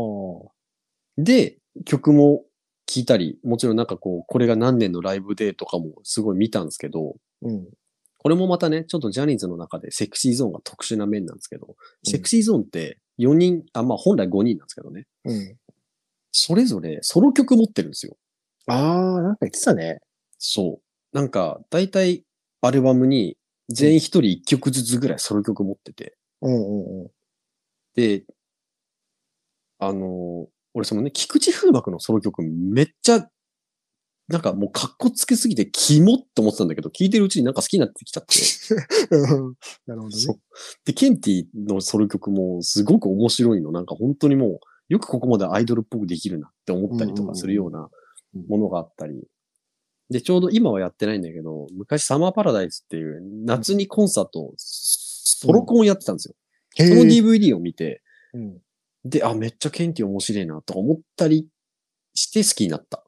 Speaker 2: で、曲も聴いたり、もちろんなんかこう、これが何年のライブでとかもすごい見たんですけど、
Speaker 1: うん。
Speaker 2: これもまたね、ちょっとジャニーズの中でセクシーゾーンが特殊な面なんですけど、セクシーゾーンって4人、あ、まあ本来5人なんですけどね、
Speaker 1: うん。
Speaker 2: それぞれソロ曲持ってるんですよ。
Speaker 1: ああ、なんか言ってたね。
Speaker 2: そう。なんか、大体、アルバムに、全員一人一曲ずつぐらいソロ曲持ってて。
Speaker 1: うんうん [LAUGHS] うん。
Speaker 2: で、あのー俺そのね、菊池風磨のソロ曲めっちゃ、なんかもうかっこつけすぎてキモって思ってたんだけど、聴いてるうちになんか好きになってきちゃって。
Speaker 1: なるほどね。
Speaker 2: そう。で、ケンティのソロ曲もすごく面白いの。なんか本当にもう、よくここまでアイドルっぽくできるなって思ったりとかするような
Speaker 1: うんうんうん
Speaker 2: ものがあったり。で、ちょうど今はやってないんだけど、昔サマーパラダイスっていう夏にコンサート、ソロコンやってたんですよ。
Speaker 1: へ
Speaker 2: その
Speaker 1: ー
Speaker 2: DVD を見て、
Speaker 1: うん。
Speaker 2: で、あ、めっちゃケンティ面白いなとか思ったりして好きになった。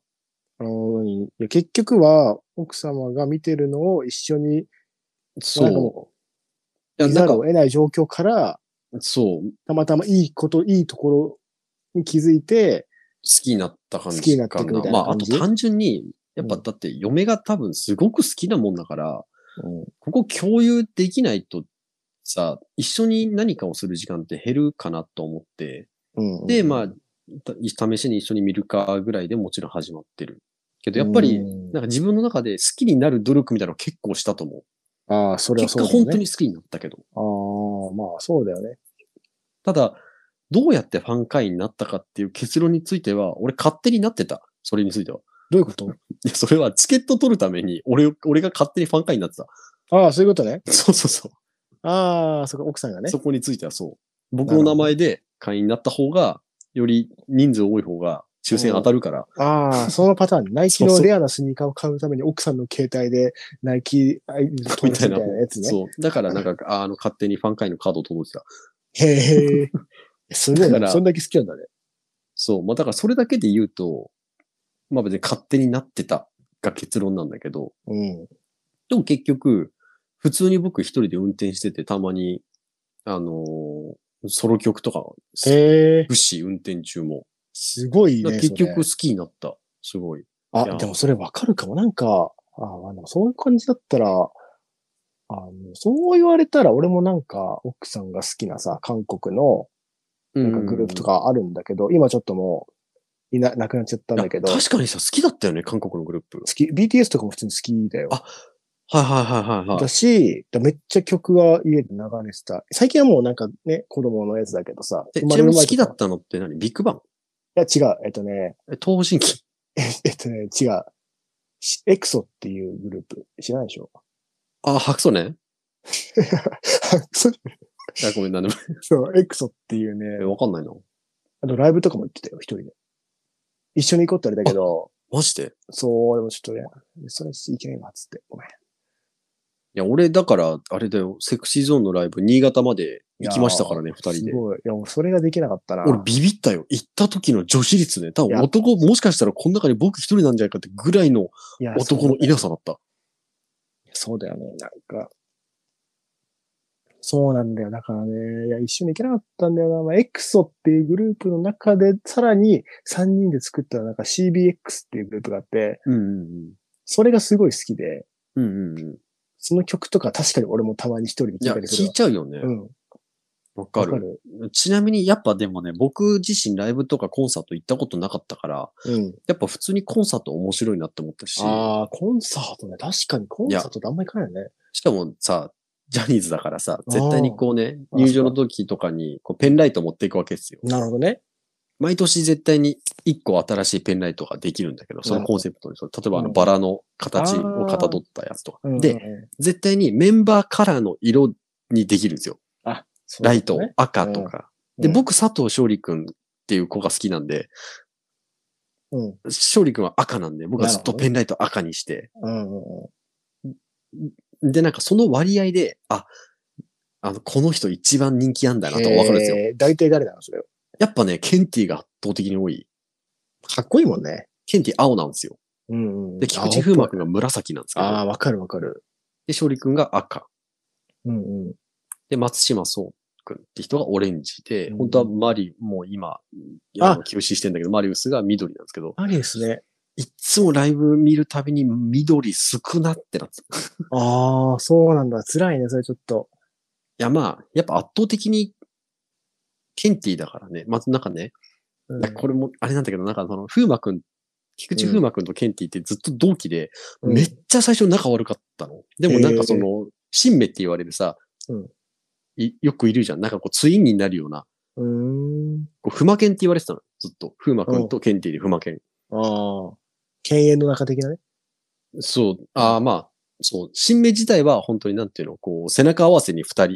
Speaker 1: あのいや結局は、奥様が見てるのを一緒になんかも
Speaker 2: う。いや、
Speaker 1: 見
Speaker 2: な
Speaker 1: ざ
Speaker 2: ん
Speaker 1: るを
Speaker 2: か、
Speaker 1: 得ない状況から、
Speaker 2: そう、好
Speaker 1: たまたまいいこと、いいところに気づいて、
Speaker 2: きになった感じか
Speaker 1: 好
Speaker 2: な。
Speaker 1: きになってくみたいな感じ
Speaker 2: まあ、あと単純に、やっぱ
Speaker 1: うん
Speaker 2: だって嫁が多分すごく好きなもんだから、
Speaker 1: うん、
Speaker 2: ここ共有できないとさ、一緒に何かをする時間って減るかなと思って、
Speaker 1: うんうん
Speaker 2: で、まあ、た試しに一緒に見るかぐらいでもちろん始まってる。けどやっぱり、
Speaker 1: うん
Speaker 2: なんか自分の中で好きになる努力みたいなの結構したと思。
Speaker 1: ああ、そうれは
Speaker 2: 結
Speaker 1: そう
Speaker 2: 果
Speaker 1: だよ
Speaker 2: 本当
Speaker 1: ね。
Speaker 2: に好きになったけど。
Speaker 1: ああ、まあそうだよね。
Speaker 2: ただ、どうやってファン会員になったかっていう結論については、俺勝手になってた。それについては。
Speaker 1: どういうこと
Speaker 2: いやそれはチケット取るために、俺を、俺が勝手にファン会員になってた。
Speaker 1: ああ、そういうことね。
Speaker 2: そうそうそう。
Speaker 1: ああ、そこ奥さんがね。
Speaker 2: そこについてはそう。僕の名前で会員になった方が、より人数多い方が抽選当たるから。
Speaker 1: ああ、そのパターン。ナイキ
Speaker 2: そう
Speaker 1: の
Speaker 2: そう
Speaker 1: レアなスニーカーを買うために奥さんの携帯でナイキアイドル
Speaker 2: みたいな
Speaker 1: みたいなやつね。
Speaker 2: そう。だからなん
Speaker 1: [LAUGHS]
Speaker 2: か、ああの、勝手にファン会のカード届いてた。
Speaker 1: へ
Speaker 2: [LAUGHS]
Speaker 1: え。すごい
Speaker 2: だか
Speaker 1: な。
Speaker 2: ら
Speaker 1: そんだけ好きなんだね。
Speaker 2: そう。まあ、だからそれだけで言うと、まあ別に勝手になってたが結論なんだけど、
Speaker 1: うん。
Speaker 2: でも結局、普通に僕一人で運転してて、たまに、あのーソロ曲とか、
Speaker 1: へえ。
Speaker 2: 物資運転中も。
Speaker 1: すごい
Speaker 2: だか
Speaker 1: ね。
Speaker 2: ら結
Speaker 1: そ
Speaker 2: 局
Speaker 1: れ
Speaker 2: 好、きになった。すごい。い
Speaker 1: あ、
Speaker 2: や
Speaker 1: でもそれわかるかも。なんか、ああでもそういう感じだったら、あの、そう言われたら、俺もなんか、奥さんが好きなさ、韓国の、なんかグループと
Speaker 2: か
Speaker 1: かあるんだけど、今ちょっともう、いな、なくなっちゃったんだけど、好
Speaker 2: 確かにさ、好きだったよね、韓国のグループ。
Speaker 1: き、BTS とかも普通に好きだよ。
Speaker 2: あはいはいはいはいはい
Speaker 1: だ。し、だめっちゃ曲は家で流れてた。最近はもうなんかね、子供のやつだけどさ。生
Speaker 2: え、ち
Speaker 1: ま
Speaker 2: な
Speaker 1: れ
Speaker 2: み
Speaker 1: る
Speaker 2: に
Speaker 1: 前と
Speaker 2: 好き
Speaker 1: か
Speaker 2: だったのって何ビッグバン
Speaker 1: いや、違う。えっとね、
Speaker 2: え、東方神起
Speaker 1: えっとね、違う。しエクソっていうグループ。知らないでしょ [LAUGHS]
Speaker 2: あ、白素ね。
Speaker 1: そ
Speaker 2: あ、ごめん、
Speaker 1: [LAUGHS]
Speaker 2: なんでも。
Speaker 1: そう、エクソっていう
Speaker 2: え、
Speaker 1: ね、
Speaker 2: わかんないの
Speaker 1: あとライブとかも行ってたよ、一人で。一緒に行こうってあれだけど、
Speaker 2: マジで
Speaker 1: そう、でもちょっとね、それいけないな、つって。ごめん。
Speaker 2: いや、俺、だから、あれだよ、セクシーゾーンのライブ、新潟まで行きましたからね、二
Speaker 1: す
Speaker 2: 人で。
Speaker 1: ごい。いや、もうそれができなかったら。
Speaker 2: 俺、ビビったよ。行った時の女子率ね。多
Speaker 1: い
Speaker 2: 分
Speaker 1: や
Speaker 2: 男、もしかしたらこの中に僕一人なんじゃないかってぐらいの
Speaker 1: いや
Speaker 2: 男のいなさだった。
Speaker 1: そうだよね、なんか。そうなんだよ。だからね、いや、一緒に行けなかったんだよな。まあ、EXO っていうグループの中で、さらに3人で作ったなんか CBX っていうグループがあって、
Speaker 2: うんうん
Speaker 1: それがすごい好きで、
Speaker 2: うん。うんうんうん。
Speaker 1: その曲とか確かに俺もたまに一人で
Speaker 2: い
Speaker 1: 聴い
Speaker 2: や、
Speaker 1: たりする
Speaker 2: 聞いちゃうよね
Speaker 1: わ。。うん。
Speaker 2: わか
Speaker 1: わか
Speaker 2: る。
Speaker 1: る。
Speaker 2: ちなみに、やっぱでもね、僕自身ライブとかコンサート行ったことなかったから、
Speaker 1: うん。
Speaker 2: やっぱ普通にコンサート面白いなって思ったし、
Speaker 1: ああ、コンサートね。確かにコンサートってあんま行かないよね。
Speaker 2: しかもさ、ジャニーズだからさ、絶対にこうね、
Speaker 1: あー
Speaker 2: 入場の時とかにこうペンライト持っていくわけですよ。
Speaker 1: なるほどね。
Speaker 2: 毎年絶対に一個新しいペンライトができるんだけど、そのコンセプトに、そう例えばあ
Speaker 1: う
Speaker 2: の
Speaker 1: ん
Speaker 2: バラの形をかたどったやつとか。
Speaker 1: うん、
Speaker 2: で、絶対にメンバーカラーの色にできるんですよ。
Speaker 1: そうだ
Speaker 2: ラ
Speaker 1: ね
Speaker 2: イト、赤とか。
Speaker 1: うん
Speaker 2: で、
Speaker 1: うん
Speaker 2: 僕、佐藤勝利くんっていう子が好きなんで、
Speaker 1: うん。
Speaker 2: 勝利くんは赤なんで、僕はずっとペンライト赤にして、
Speaker 1: うんうんうん。
Speaker 2: で、なんかその割合で、あ、あの、この人一番人気あんだなとかわかるんですよ。
Speaker 1: えー大体誰なのそれ。
Speaker 2: やっぱね、ケンティが圧倒的に多い。
Speaker 1: かっこいいもんね。
Speaker 2: ケンティ青なんですよ。
Speaker 1: うんうん。
Speaker 2: で、菊池風磨くんが紫なんですけど、
Speaker 1: ああ、わかるわかる。
Speaker 2: で、勝利くんが赤。
Speaker 1: うんうん。
Speaker 2: で、松島聡くんって人がオレンジで、
Speaker 1: うん
Speaker 2: 本当はマリ、もう今、あの休止してんだけど、マリウスが緑なんですけど、
Speaker 1: ありです
Speaker 2: [LAUGHS]
Speaker 1: ね。
Speaker 2: いっつもライブ見るたびに緑少なってなってた。い
Speaker 1: ああ、そうなんだ。辛いね、それちょっと。
Speaker 2: や、まあ、やっぱ圧倒的に、ケンティだからね。まずなんかね、
Speaker 1: うん
Speaker 2: これも、あれなんだけど、なんかその、風磨くん、菊池風磨くんとケンティってずっと同期で、
Speaker 1: うん
Speaker 2: めっちゃ最初仲悪かったの。でもなんかその、シンメって言われるさ、
Speaker 1: うん
Speaker 2: いよくいるじゃん。なんかこう、ツインになるような、
Speaker 1: うーん。
Speaker 2: こう、ふまけんって言われてたの。ずっと。風磨くんとケンティでふまけん。
Speaker 1: ああ。犬猿の中的なね。
Speaker 2: そう。ああ、まあ、そう。新名自体は本当になんていうの、こう、背中合わせに二人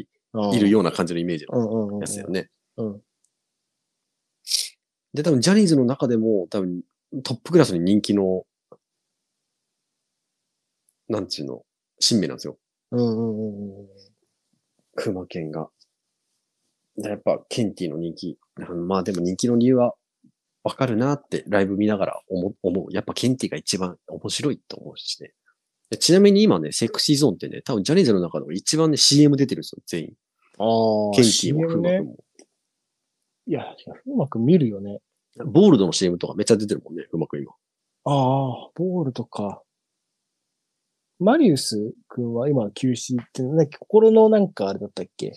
Speaker 2: いる
Speaker 1: よ。
Speaker 2: ような感じのイメージの
Speaker 1: うんうんうんうん。
Speaker 2: やつだよね。
Speaker 1: うん。
Speaker 2: で、多分ジャニーズの中でも、多分トップクラスに人気の、なんちゅうの、新名なんですよ。
Speaker 1: うんうんうんうん。
Speaker 2: 熊健が。でやっぱ、ケンティの人気。うんまあでも人気の理由は、わかるなってライブ見ながら思思う。やっぱケンティが一番面白いと思うしね。でちなみに今ね、セクシーゾーンってね、多分ジャニーズの中でも一番ね、CM 出てるんですよ、全員。
Speaker 1: ああ。
Speaker 2: ケンティも風
Speaker 1: CM
Speaker 2: 磨
Speaker 1: ね
Speaker 2: 君も。
Speaker 1: いや、うまく見るよね。
Speaker 2: ボールドの CM とかめっちゃ出てるもんね、風磨君今。
Speaker 1: ああ、ボールとか。マリウス君は今休止って、なんか心のなんかあれだったっけ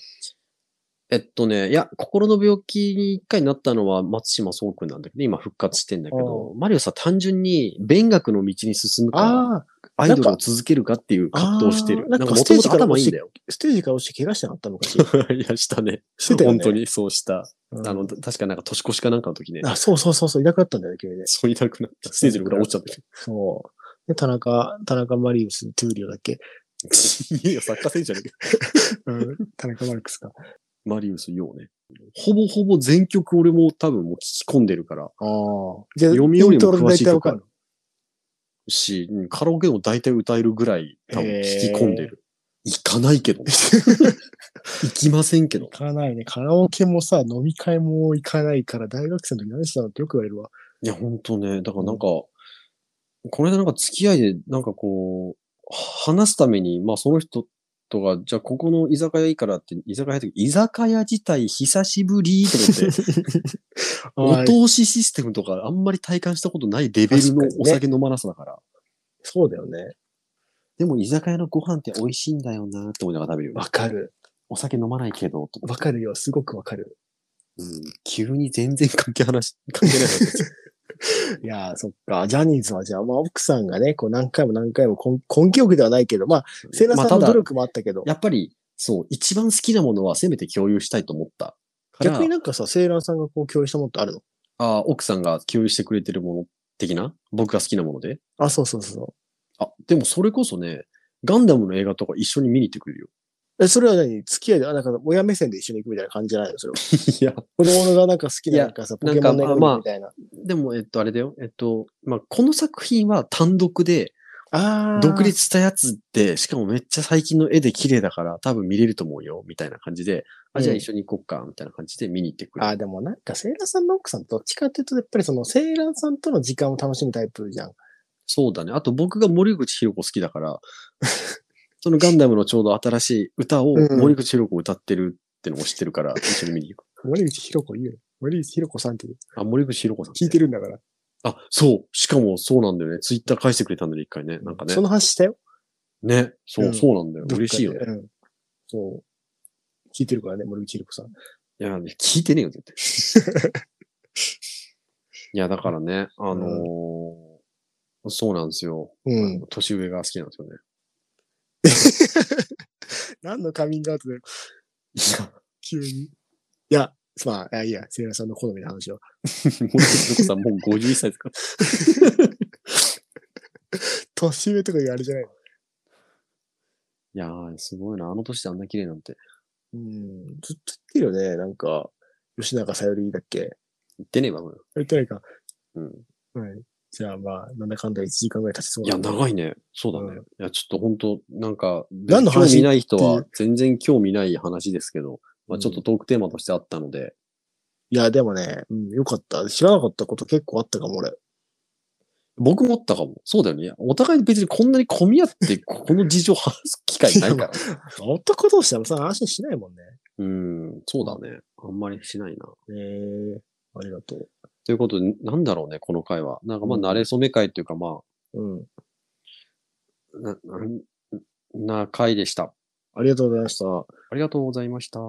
Speaker 2: えっとね、いや、心の病気に一回なったのは松島聡君なんだけど、今復活してんだけど、マリオさん単純に勉学の道に進むか、
Speaker 1: ああ、
Speaker 2: アイドルを続けるかっていう葛藤をしてる。
Speaker 1: な
Speaker 2: なん
Speaker 1: か
Speaker 2: んか
Speaker 1: ス
Speaker 2: も
Speaker 1: テージ
Speaker 2: ともと
Speaker 1: から
Speaker 2: 頭いいんだよ。
Speaker 1: ステージから落ちて怪我してなかったのかし
Speaker 2: いや、 [LAUGHS] したね。
Speaker 1: してたよね
Speaker 2: 本当にそうした。
Speaker 1: ら。
Speaker 2: あ
Speaker 1: う
Speaker 2: の、
Speaker 1: ん
Speaker 2: 確かなんか年越しかなんかの時ね、
Speaker 1: あ、そうそうそうそう、いなくなったんだよね、急にね。
Speaker 2: そういなくなった。ステージの裏落ちちゃっ
Speaker 1: そう。で、田中、田中マリウス、トゥーリオだっけ、
Speaker 2: た。いや、サッカー選手じゃねえか。 [LAUGHS]
Speaker 1: 田中マルクスか。
Speaker 2: マリウス、ようね。ほぼほぼ全曲俺も多分もう聞き込んでるから、
Speaker 1: ああ。じゃあ、
Speaker 2: 読みよりも
Speaker 1: イントロ
Speaker 2: 詳
Speaker 1: 大
Speaker 2: しい
Speaker 1: 体わ
Speaker 2: と
Speaker 1: か
Speaker 2: か
Speaker 1: る。
Speaker 2: し、うんカラオケでも大体歌えるぐらい多分聞き込んでる。行かないけ
Speaker 1: [LAUGHS]
Speaker 2: どね。行きませんけど
Speaker 1: 行。かないね。カラオケもさ、飲み会も行かないから、大学生の時何してたのってよく言われるわ。
Speaker 2: いや、ほんとね。だからなんか、この間なんか付き合いで、なんかこう、話すために、まあその人とか、じゃあここの居酒屋いいからって、居酒屋って、居酒屋自体久しぶりと思って、お
Speaker 1: [LAUGHS] はい
Speaker 2: 通しシステムとかあんまり体感したことないレベル
Speaker 1: 確
Speaker 2: の
Speaker 1: かにね
Speaker 2: お酒飲まなさだから。
Speaker 1: そうだよね。
Speaker 2: でも居酒屋のご飯って美味しいんだよなって思いながら食べるよね
Speaker 1: わ。かる。
Speaker 2: お酒飲まないけど、と
Speaker 1: わかるよ。すごくわかる。
Speaker 2: うん急に全然関係話、
Speaker 1: [LAUGHS]
Speaker 2: 関係ない話です。
Speaker 1: いやー、そっか。ジャニーズはじゃあ、まあ、奥さんがね、こう何回も何回も根根気よくではないけど、まあ、セイラさん
Speaker 2: まあ
Speaker 1: の
Speaker 2: た
Speaker 1: 努
Speaker 2: だ
Speaker 1: 力もあったけど、
Speaker 2: やっぱり、そう、一番好きなものはせめて共有したいと思ったから。
Speaker 1: 逆になんかさ、セイラさんがこう共有したものってあるの
Speaker 2: あー奥さんが共有してくれてるもの的な僕が好きなもので。
Speaker 1: あ、そうそうそうそ
Speaker 2: あ、でもそれこそね、ガンダムの映画とか一緒に見に行ってくれるよ。
Speaker 1: う。
Speaker 2: [LAUGHS]
Speaker 1: え、それは何付き合いで、あ、なんか親目線で一緒に行くみたいな感じじゃないのそれは。
Speaker 2: いや、
Speaker 1: 子供がなんか好き
Speaker 2: い
Speaker 1: な
Speaker 2: や
Speaker 1: なんかさ、ポケモンの
Speaker 2: なんか
Speaker 1: 絵
Speaker 2: まあ
Speaker 1: 本みたいな。
Speaker 2: でも、えっと、あれだよ。えっと、まあ、この作品は単独で、
Speaker 1: ああ。
Speaker 2: 独。立したやつって、しかもめっちゃ最近の絵で綺麗だから多分見れると思うよ、みたいな感じで、
Speaker 1: う
Speaker 2: あ、
Speaker 1: ん
Speaker 2: じゃあ一緒に行こっか、みたいな感じで見に行ってくる。
Speaker 1: ああ、でもなんか、セイラさんの奥さんどっちかっていうと、やっぱりその、セイラさんとの時間を楽しむタイプじゃん。
Speaker 2: そうだね。あと僕が森口博子好きだから、 [LAUGHS] そのガンダムのちょうど新しい歌を
Speaker 1: うん
Speaker 2: 森口博子歌ってるってのを知ってるから、一緒に見に行く。
Speaker 1: 森口博子言うよ。森口博子さんって
Speaker 2: あ、森口博子さん。
Speaker 1: 聞いてるんだから。
Speaker 2: あ、そう。しかもそうなんだよね。ツイッター返してくれたんだよね、一回ね。なんかね
Speaker 1: そ。の話したよ。
Speaker 2: ね。そうう、
Speaker 1: ん
Speaker 2: そうなんだよ。嬉しいよね
Speaker 1: どっ。かでうん。そう。聞いてるからね、森口博子さん。
Speaker 2: いや、聞いてねえよ、絶対。
Speaker 1: [LAUGHS]
Speaker 2: いや、だからね、あのーそうなんですよ、
Speaker 1: うん。
Speaker 2: 年上が好きなんですよ
Speaker 1: [LAUGHS] 何のカミングアウトだよ、
Speaker 2: ね。
Speaker 1: [LAUGHS] 急に。いや、まあ、あいや、セイラさんの好みの話を。
Speaker 2: 森口博子さん、もう51歳ですか
Speaker 1: 年上とかいうあれじゃないの
Speaker 2: [LAUGHS] いやー、すごいな。あの年であんな綺麗なんて。
Speaker 1: うん。ずっと言ってるよね、なんか、吉永さよりだっけ
Speaker 2: 言ってねえわ、これ。
Speaker 1: 言ってないか。
Speaker 2: うん。
Speaker 1: はい。じゃあまあ、なんだかんだ1時間ぐらい経ちそう
Speaker 2: いや、
Speaker 1: な。
Speaker 2: 長いね。そうだね。
Speaker 1: うん
Speaker 2: いや、ちょっと本当なんか、
Speaker 1: 何の話
Speaker 2: 興味ない人
Speaker 1: っ
Speaker 2: は
Speaker 1: て、
Speaker 2: 全然興味ない話ですけど、まあ、ちょっとトークテーマとしてあったので、
Speaker 1: いや、でもね、うん、よかった。知らなかったこと結構あったかも、俺。
Speaker 2: 僕もあったかも。そうだよねいや。お互い別にこんなに混み
Speaker 1: [LAUGHS]
Speaker 2: 合って、ここの事情話す機会ないから。
Speaker 1: 男同士でもさ、話しないもんね。
Speaker 2: うん、そうだね。あんまりしないな。
Speaker 1: ええありがとう。
Speaker 2: ということで、なんだろうね、この回は。なんかまあ、
Speaker 1: うん
Speaker 2: 慣れ初め会というか、ま
Speaker 1: うん。
Speaker 2: あ、な、なんな回でした。
Speaker 1: ありがとうございました。
Speaker 2: ありがとうございました。